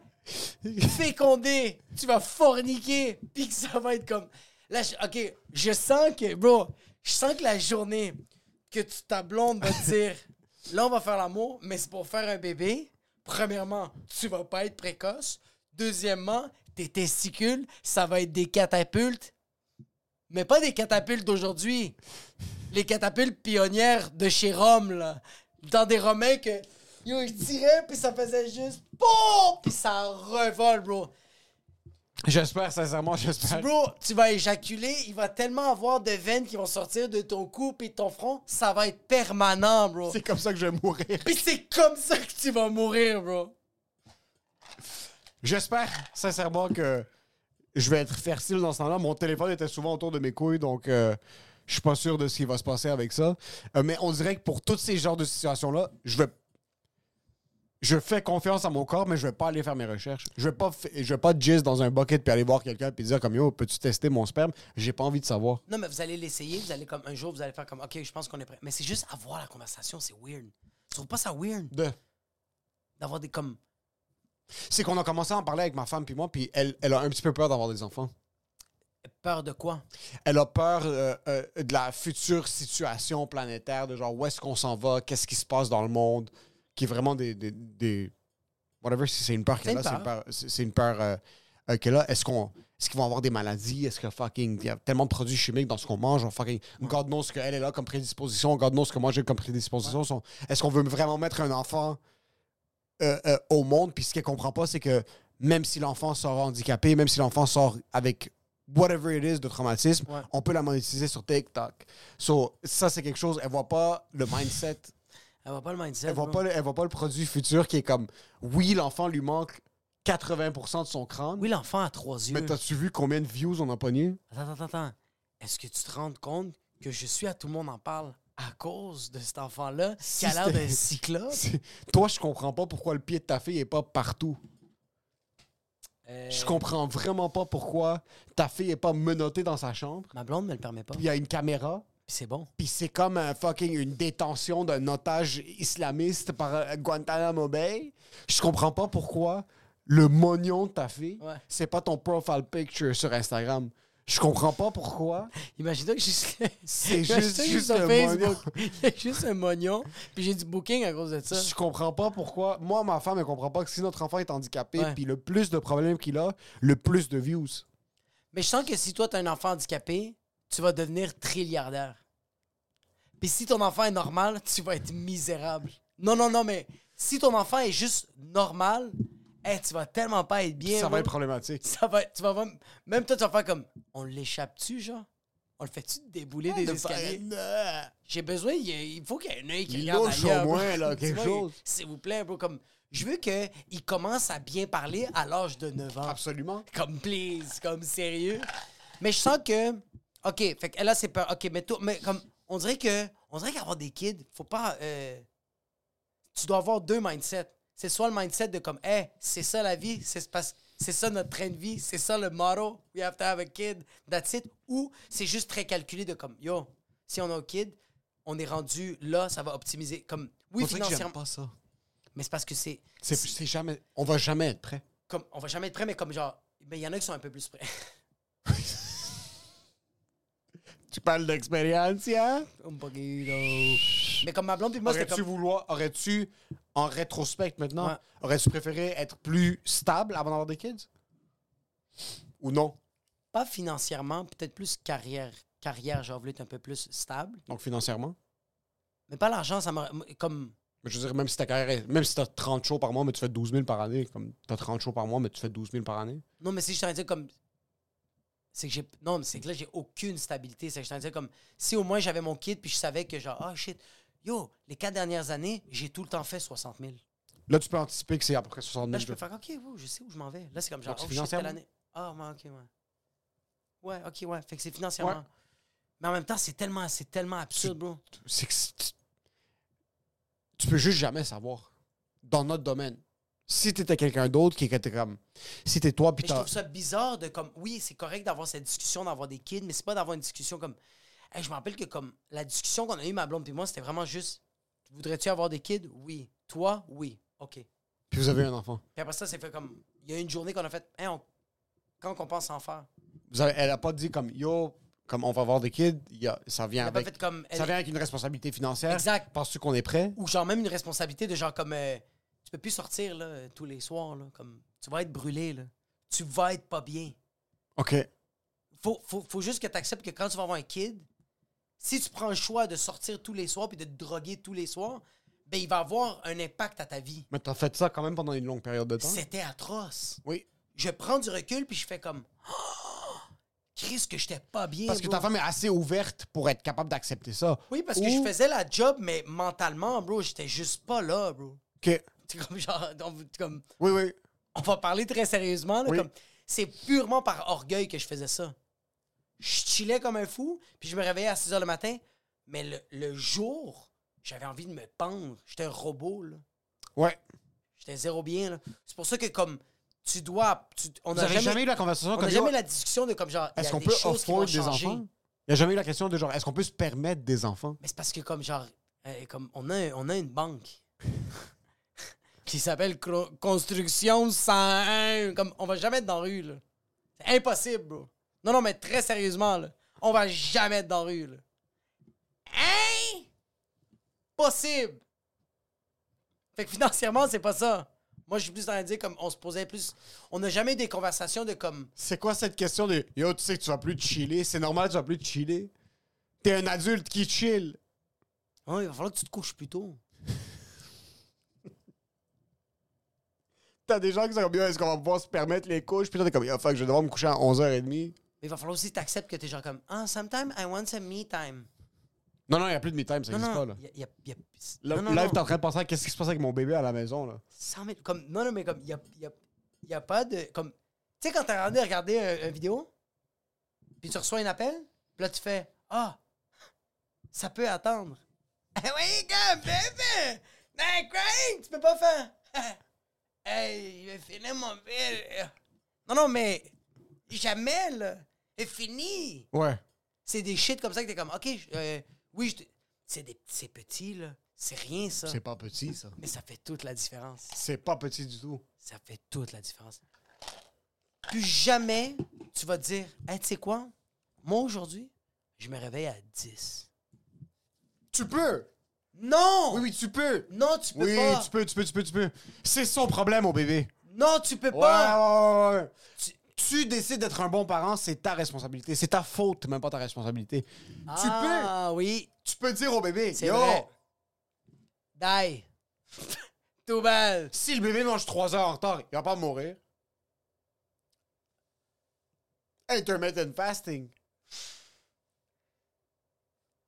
[SPEAKER 2] féconder, tu vas forniquer, puis que ça va être comme... Là, je- OK, je sens que, bro, je sens que la journée que tu, ta blonde va te dire, là, on va faire l'amour, mais c'est pour faire un bébé, premièrement, tu vas pas être précoce. Deuxièmement, tes testicules, ça va être des catapultes, mais pas des catapultes d'aujourd'hui. Les catapultes pionnières de chez Rome, là. Dans des Romains que... Yo, ils tiraient, puis ça faisait juste... Boum! Puis ça revole, bro.
[SPEAKER 3] J'espère, sincèrement, j'espère.
[SPEAKER 2] Bro, tu vas éjaculer, il va tellement avoir de veines qui vont sortir de ton cou et de ton front, ça va être permanent, bro.
[SPEAKER 3] C'est comme ça que je vais mourir.
[SPEAKER 2] Puis c'est comme ça que tu vas mourir, bro.
[SPEAKER 3] J'espère sincèrement que je vais être fertile dans ce temps-là. Mon téléphone était souvent autour de mes couilles, donc euh, je suis pas sûr de ce qui va se passer avec ça. Euh, mais on dirait que pour tous ces genres de situations-là, je vais. Je fais confiance à mon corps, mais je vais pas aller faire mes recherches. Je vais pas, fa- je vais pas jizz dans un bucket puis aller voir quelqu'un puis dire comme yo, peux-tu tester mon sperme J'ai pas envie de savoir.
[SPEAKER 2] Non, mais vous allez l'essayer, vous allez comme un jour, vous allez faire comme, ok, je pense qu'on est prêt. Mais c'est juste avoir la conversation, c'est weird. Tu trouves pas ça weird
[SPEAKER 3] De.
[SPEAKER 2] d'avoir des comme.
[SPEAKER 3] C'est qu'on a commencé à en parler avec ma femme puis moi, puis elle, elle a un petit peu peur d'avoir des enfants.
[SPEAKER 2] Peur de quoi?
[SPEAKER 3] elle a peur euh, euh, de la future situation planétaire, de genre où est-ce qu'on s'en va, qu'est-ce qui se passe dans le monde, qui est vraiment des. des, des- whatever, si c'est une peur
[SPEAKER 2] une
[SPEAKER 3] qu'elle a, c'est une
[SPEAKER 2] peur.
[SPEAKER 3] peur, c'est- c'est une peur euh, euh, qu'elle a. Est-ce qu'on. Est-ce qu'ils vont avoir des maladies? Est-ce que fucking. Il y a tellement de produits chimiques dans ce qu'on mange. on fucking, God knows ce qu'elle elle a comme prédisposition. God knows ce que moi j'ai comme prédisposition. Son- Est-ce qu'on veut vraiment mettre un enfant euh, euh, au monde? Puis ce qu'elle comprend pas, c'est que même si l'enfant sort handicapé, même si l'enfant sort avec whatever it is de traumatisme,
[SPEAKER 2] Ouais.
[SPEAKER 3] on peut la monétiser sur TikTok. So, ça, c'est quelque chose, elle voit pas le mindset,
[SPEAKER 2] Elle voit pas le mindset.
[SPEAKER 3] elle voit
[SPEAKER 2] bro.
[SPEAKER 3] pas le, elle voit pas le produit futur qui est comme, oui, l'enfant lui manque 80% de son crâne,
[SPEAKER 2] Oui, l'enfant a trois yeux.
[SPEAKER 3] mais t'as-tu vu combien de views on a pogné?
[SPEAKER 2] Attends, attends, attends. Est-ce que tu te rends compte que je suis à tout le monde en parle à cause de cet enfant-là qui a l'air
[SPEAKER 3] c'était-
[SPEAKER 2] d'un cyclope?
[SPEAKER 3] C'est- Toi, je comprends pas pourquoi le pied de ta fille est pas partout.
[SPEAKER 2] Euh,
[SPEAKER 3] Je comprends vraiment pas pourquoi ta fille est pas menottée dans sa chambre,
[SPEAKER 2] Ma blonde me le permet pas.
[SPEAKER 3] puis
[SPEAKER 2] Puis
[SPEAKER 3] il y a une caméra,
[SPEAKER 2] c'est bon.
[SPEAKER 3] Puis c'est comme un fucking une détention d'un otage islamiste par euh, Guantanamo Bay. Je comprends pas pourquoi le mognon de ta fille,
[SPEAKER 2] Ouais.
[SPEAKER 3] c'est pas ton profile picture sur Instagram. Je comprends pas pourquoi.
[SPEAKER 2] Imagine-toi que juste.
[SPEAKER 3] C'est
[SPEAKER 2] Imagine-toi
[SPEAKER 3] juste,
[SPEAKER 2] que
[SPEAKER 3] juste
[SPEAKER 2] sur
[SPEAKER 3] le
[SPEAKER 2] Facebook,
[SPEAKER 3] mognon.
[SPEAKER 2] il y a juste un mognon. Puis j'ai du booking à cause de ça.
[SPEAKER 3] Je comprends pas pourquoi. Moi, ma femme, elle comprend pas que si notre enfant est handicapé,
[SPEAKER 2] Ouais.
[SPEAKER 3] puis le plus de problèmes qu'il a, le plus de views.
[SPEAKER 2] Mais je sens que si toi, t'as un enfant handicapé, tu vas devenir trilliardaire. Puis si ton enfant est normal, tu vas être misérable. Non, non, non, mais si ton enfant est juste normal, hey, tu vas tellement pas être bien.
[SPEAKER 3] ça va
[SPEAKER 2] bro.
[SPEAKER 3] être problématique.
[SPEAKER 2] Ça va, tu vas voir- même toi, tu vas faire comme, on l'échappe-tu, genre? On le fait-tu débouler des escaliers?
[SPEAKER 3] euh,
[SPEAKER 2] J'ai besoin, il, y a- il faut qu'il y ait un œil qui
[SPEAKER 3] Il
[SPEAKER 2] regarde
[SPEAKER 3] louche au
[SPEAKER 2] ailleurs, bro.
[SPEAKER 3] moins, là,
[SPEAKER 2] Tu
[SPEAKER 3] quelque
[SPEAKER 2] vois,
[SPEAKER 3] chose.
[SPEAKER 2] il- S'il vous plaît, bro, comme, je veux qu'il commence à bien parler à l'âge de 9 ans.
[SPEAKER 3] Absolument.
[SPEAKER 2] Comme, please, comme, sérieux. Mais je sens que. OK, fait que là, c'est peur. OK, mais, toi, mais comme. On dirait que. On dirait qu'avoir des kids, faut pas. euh, tu dois avoir deux mindsets. C'est soit le mindset de comme, hey, c'est ça la vie, c'est ce passe- C'est ça notre train de vie, c'est ça le motto. We have to have a kid, that's it. Ou c'est juste très calculé de comme, yo, si on a un kid, on est rendu là, ça va optimiser. Comme, oui,
[SPEAKER 3] On dirait que j'aime
[SPEAKER 2] financièrement.
[SPEAKER 3] pas ça.
[SPEAKER 2] Mais c'est parce que c'est.
[SPEAKER 3] C'est, c'est jamais, on va jamais être prêt.
[SPEAKER 2] comme on va jamais être prêt, mais comme genre, mais il y en a qui sont un peu plus prêts.
[SPEAKER 3] Tu parles d'expérience, hein?
[SPEAKER 2] Un poquito. mais comme ma blonde puis moi, c'était
[SPEAKER 3] aurais-tu
[SPEAKER 2] comme
[SPEAKER 3] vouloir, aurais-tu, en rétrospect maintenant,
[SPEAKER 2] Ouais.
[SPEAKER 3] aurais-tu préféré être plus stable avant d'avoir des kids? Ou non?
[SPEAKER 2] pas financièrement, peut-être plus carrière, carrière, genre voulu être un peu plus stable,
[SPEAKER 3] Donc financièrement?
[SPEAKER 2] mais pas l'argent, ça m'a comme
[SPEAKER 3] Mais je veux dire, même si ta carrière est- même si t'as 30 shows par mois, mais tu fais 12 000 par année, comme t'as 30 shows par mois, mais tu fais 12 000 par année.
[SPEAKER 2] non, mais si je t'en dire comme c'est que j'ai non, mais c'est que là j'ai aucune stabilité, c'est que je t'en dire comme si au moins j'avais mon kid puis je savais que genre ah shit, yo, les quatre dernières années, j'ai tout le temps fait 60 000.
[SPEAKER 3] Là, tu peux anticiper que c'est à peu près 60
[SPEAKER 2] Là,
[SPEAKER 3] 000.
[SPEAKER 2] Ben, je peux faire OK, wow, je sais où je m'en vais. Là, c'est comme genre,
[SPEAKER 3] Donc, c'est
[SPEAKER 2] oh, shit, telle
[SPEAKER 3] financièrement?
[SPEAKER 2] année. Ah, ouais, OK, ouais. Ouais, OK, ouais. Fait que c'est financièrement. Mais en même temps, c'est tellement, c'est tellement absurde, bro.
[SPEAKER 3] c'est que c'est- tu peux juste jamais savoir dans notre domaine. Si t'étais quelqu'un d'autre qui était comme. Si t'es toi, puis
[SPEAKER 2] Mais je
[SPEAKER 3] t'as.
[SPEAKER 2] trouve ça bizarre de comme, oui, c'est correct d'avoir cette discussion, d'avoir des kids, mais c'est pas d'avoir une discussion comme. Hey, je me rappelle que comme la discussion qu'on a eue, ma blonde et moi, c'était vraiment juste, voudrais-tu avoir des kids? Oui. Toi? Oui. OK.
[SPEAKER 3] Puis vous avez un enfant.
[SPEAKER 2] Puis après ça, c'est fait comme, il y a une journée qu'on a fait, Hey, on- quand qu'on pense en faire?
[SPEAKER 3] Vous avez- elle a pas dit comme yo, comme on va avoir des kids, il y a- ça vient
[SPEAKER 2] Elle a pas
[SPEAKER 3] avec.
[SPEAKER 2] fait comme.
[SPEAKER 3] Ça
[SPEAKER 2] elle-
[SPEAKER 3] vient avec une responsabilité financière.
[SPEAKER 2] Exact.
[SPEAKER 3] Penses-tu qu'on est prêt?
[SPEAKER 2] ou genre même une responsabilité de genre comme euh, tu peux plus sortir là, euh, tous les soirs là, comme tu vas être brûlé là. tu vas être pas bien
[SPEAKER 3] OK.
[SPEAKER 2] faut, faut, faut juste que tu acceptes que quand tu vas avoir un kid si tu prends le choix de sortir tous les soirs puis de te droguer tous les soirs ben il va avoir un impact à ta vie
[SPEAKER 3] Mais t'as fait ça quand même pendant une longue période de temps.
[SPEAKER 2] c'était atroce
[SPEAKER 3] Oui.
[SPEAKER 2] je prends du recul puis je fais comme Oh! Chris que j'étais pas bien
[SPEAKER 3] Parce que
[SPEAKER 2] bro.
[SPEAKER 3] ta femme est assez ouverte pour être capable d'accepter ça.
[SPEAKER 2] oui parce que
[SPEAKER 3] Ou-
[SPEAKER 2] je faisais la job mais mentalement bro j'étais juste pas là bro
[SPEAKER 3] OK.
[SPEAKER 2] c'est comme genre on- comme
[SPEAKER 3] Oui, oui.
[SPEAKER 2] on va parler très sérieusement. là,
[SPEAKER 3] Oui.
[SPEAKER 2] comme, c'est purement par orgueil que je faisais ça. Je chillais comme un fou, puis je me réveillais à 6 h le matin. Mais le, le jour, j'avais envie de me pendre. J'étais un robot, là.
[SPEAKER 3] Ouais.
[SPEAKER 2] J'étais zéro bien, là. C'est pour ça que, comme, tu dois... tu- on
[SPEAKER 3] Vous
[SPEAKER 2] n'a
[SPEAKER 3] avez
[SPEAKER 2] jamais,
[SPEAKER 3] jamais, eu la conversation
[SPEAKER 2] on
[SPEAKER 3] comme
[SPEAKER 2] n'a
[SPEAKER 3] yo,
[SPEAKER 2] jamais la discussion de, comme, genre, il y
[SPEAKER 3] est-ce
[SPEAKER 2] a
[SPEAKER 3] qu'on
[SPEAKER 2] des
[SPEAKER 3] peut
[SPEAKER 2] choses qui vont
[SPEAKER 3] offrir des
[SPEAKER 2] changer.
[SPEAKER 3] enfants? Il n'y a jamais eu la question de genre, est-ce qu'on peut se permettre des enfants?
[SPEAKER 2] Mais c'est parce que, comme, genre, euh, comme on, a, un- on a une banque qui s'appelle Cro- Construction 101. Comme, on va jamais être dans la rue, là. C'est impossible, bro. Non, non, mais très sérieusement, là. On va jamais être dans la rue, là. Hein? Possible! Fait que financièrement, c'est pas ça. Moi, je suis plus dans dire comme on se posait plus. On n'a jamais eu des conversations de comme.
[SPEAKER 3] C'est quoi cette question de yo, tu sais que tu vas plus chiller, c'est normal, tu vas plus chiller? T'es un adulte qui chill.
[SPEAKER 2] Oh, il va falloir que tu te couches plus tôt.
[SPEAKER 3] T'as des gens qui sont comme, Yo, est-ce qu'on va pouvoir se permettre les couches? Puis toi, t'es comme, yo, fuck, je vais devoir me coucher à 11h30.
[SPEAKER 2] Mais il va falloir aussi que tu acceptes que t'es genre comme. Ah, sometimes I want some me time.
[SPEAKER 3] Non, non, il n'y a plus de me-time, ça
[SPEAKER 2] Non,
[SPEAKER 3] n'existe pas,
[SPEAKER 2] non,
[SPEAKER 3] là.
[SPEAKER 2] y a- y a- y a-
[SPEAKER 3] Là,
[SPEAKER 2] non, non,
[SPEAKER 3] là
[SPEAKER 2] non.
[SPEAKER 3] t'es en train de penser à qu'est-ce qui se passe avec mon bébé à la maison, là.
[SPEAKER 2] 100 000 comme, non, non, mais comme, il n'y a, y a- y a pas de. Comme, tu sais, quand t'es rendu à regarder un- une vidéo, puis tu reçois un appel, puis là, tu fais Ah, ça peut attendre. Eh oui, comme, bébé! Ben, crying, tu peux pas faire. hey, je vais finir mon père. Non, non, mais jamais, là. C'est fini.
[SPEAKER 3] Ouais.
[SPEAKER 2] C'est des shit comme ça que t'es comme, OK, je- euh, oui, je te- c'est des- c'est petit, là. C'est rien, ça.
[SPEAKER 3] C'est pas petit, ça.
[SPEAKER 2] Mais ça fait toute la différence
[SPEAKER 3] C'est pas petit du tout.
[SPEAKER 2] ça fait toute la différence. Plus jamais tu vas te dire, hey, tu sais quoi, moi aujourd'hui, je me réveille à 10.
[SPEAKER 3] Tu peux!
[SPEAKER 2] Non!
[SPEAKER 3] Oui, oui, tu peux!
[SPEAKER 2] Non, tu peux
[SPEAKER 3] Oui,
[SPEAKER 2] pas!
[SPEAKER 3] tu peux, tu peux, tu peux, tu peux. C'est son problème, au bébé.
[SPEAKER 2] Non, tu peux
[SPEAKER 3] Ouais,
[SPEAKER 2] pas!
[SPEAKER 3] ouais, ouais, ouais.
[SPEAKER 2] Tu-
[SPEAKER 3] Tu décides d'être un bon parent, c'est ta responsabilité. C'est ta faute, même pas ta responsabilité.
[SPEAKER 2] Ah oui,
[SPEAKER 3] Tu peux, tu peux dire au bébé,
[SPEAKER 2] c'est
[SPEAKER 3] yo,
[SPEAKER 2] vrai. Die! Tout belle!
[SPEAKER 3] si le bébé mange trois heures en retard, il va pas mourir. Intermittent fasting.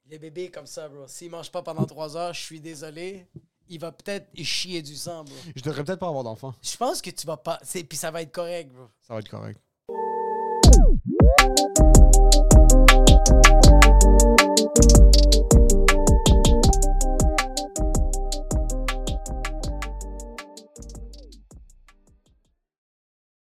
[SPEAKER 2] Le bébé est comme ça, bro. S'il mange pas pendant 3 heures, je suis désolé. Il va peut-être chier du sang, bro.
[SPEAKER 3] Je devrais peut-être pas avoir d'enfant.
[SPEAKER 2] Je pense que tu vas pas. c'est- Puis ça va être correct, bro.
[SPEAKER 3] Ça va être correct.
[SPEAKER 4] Bye.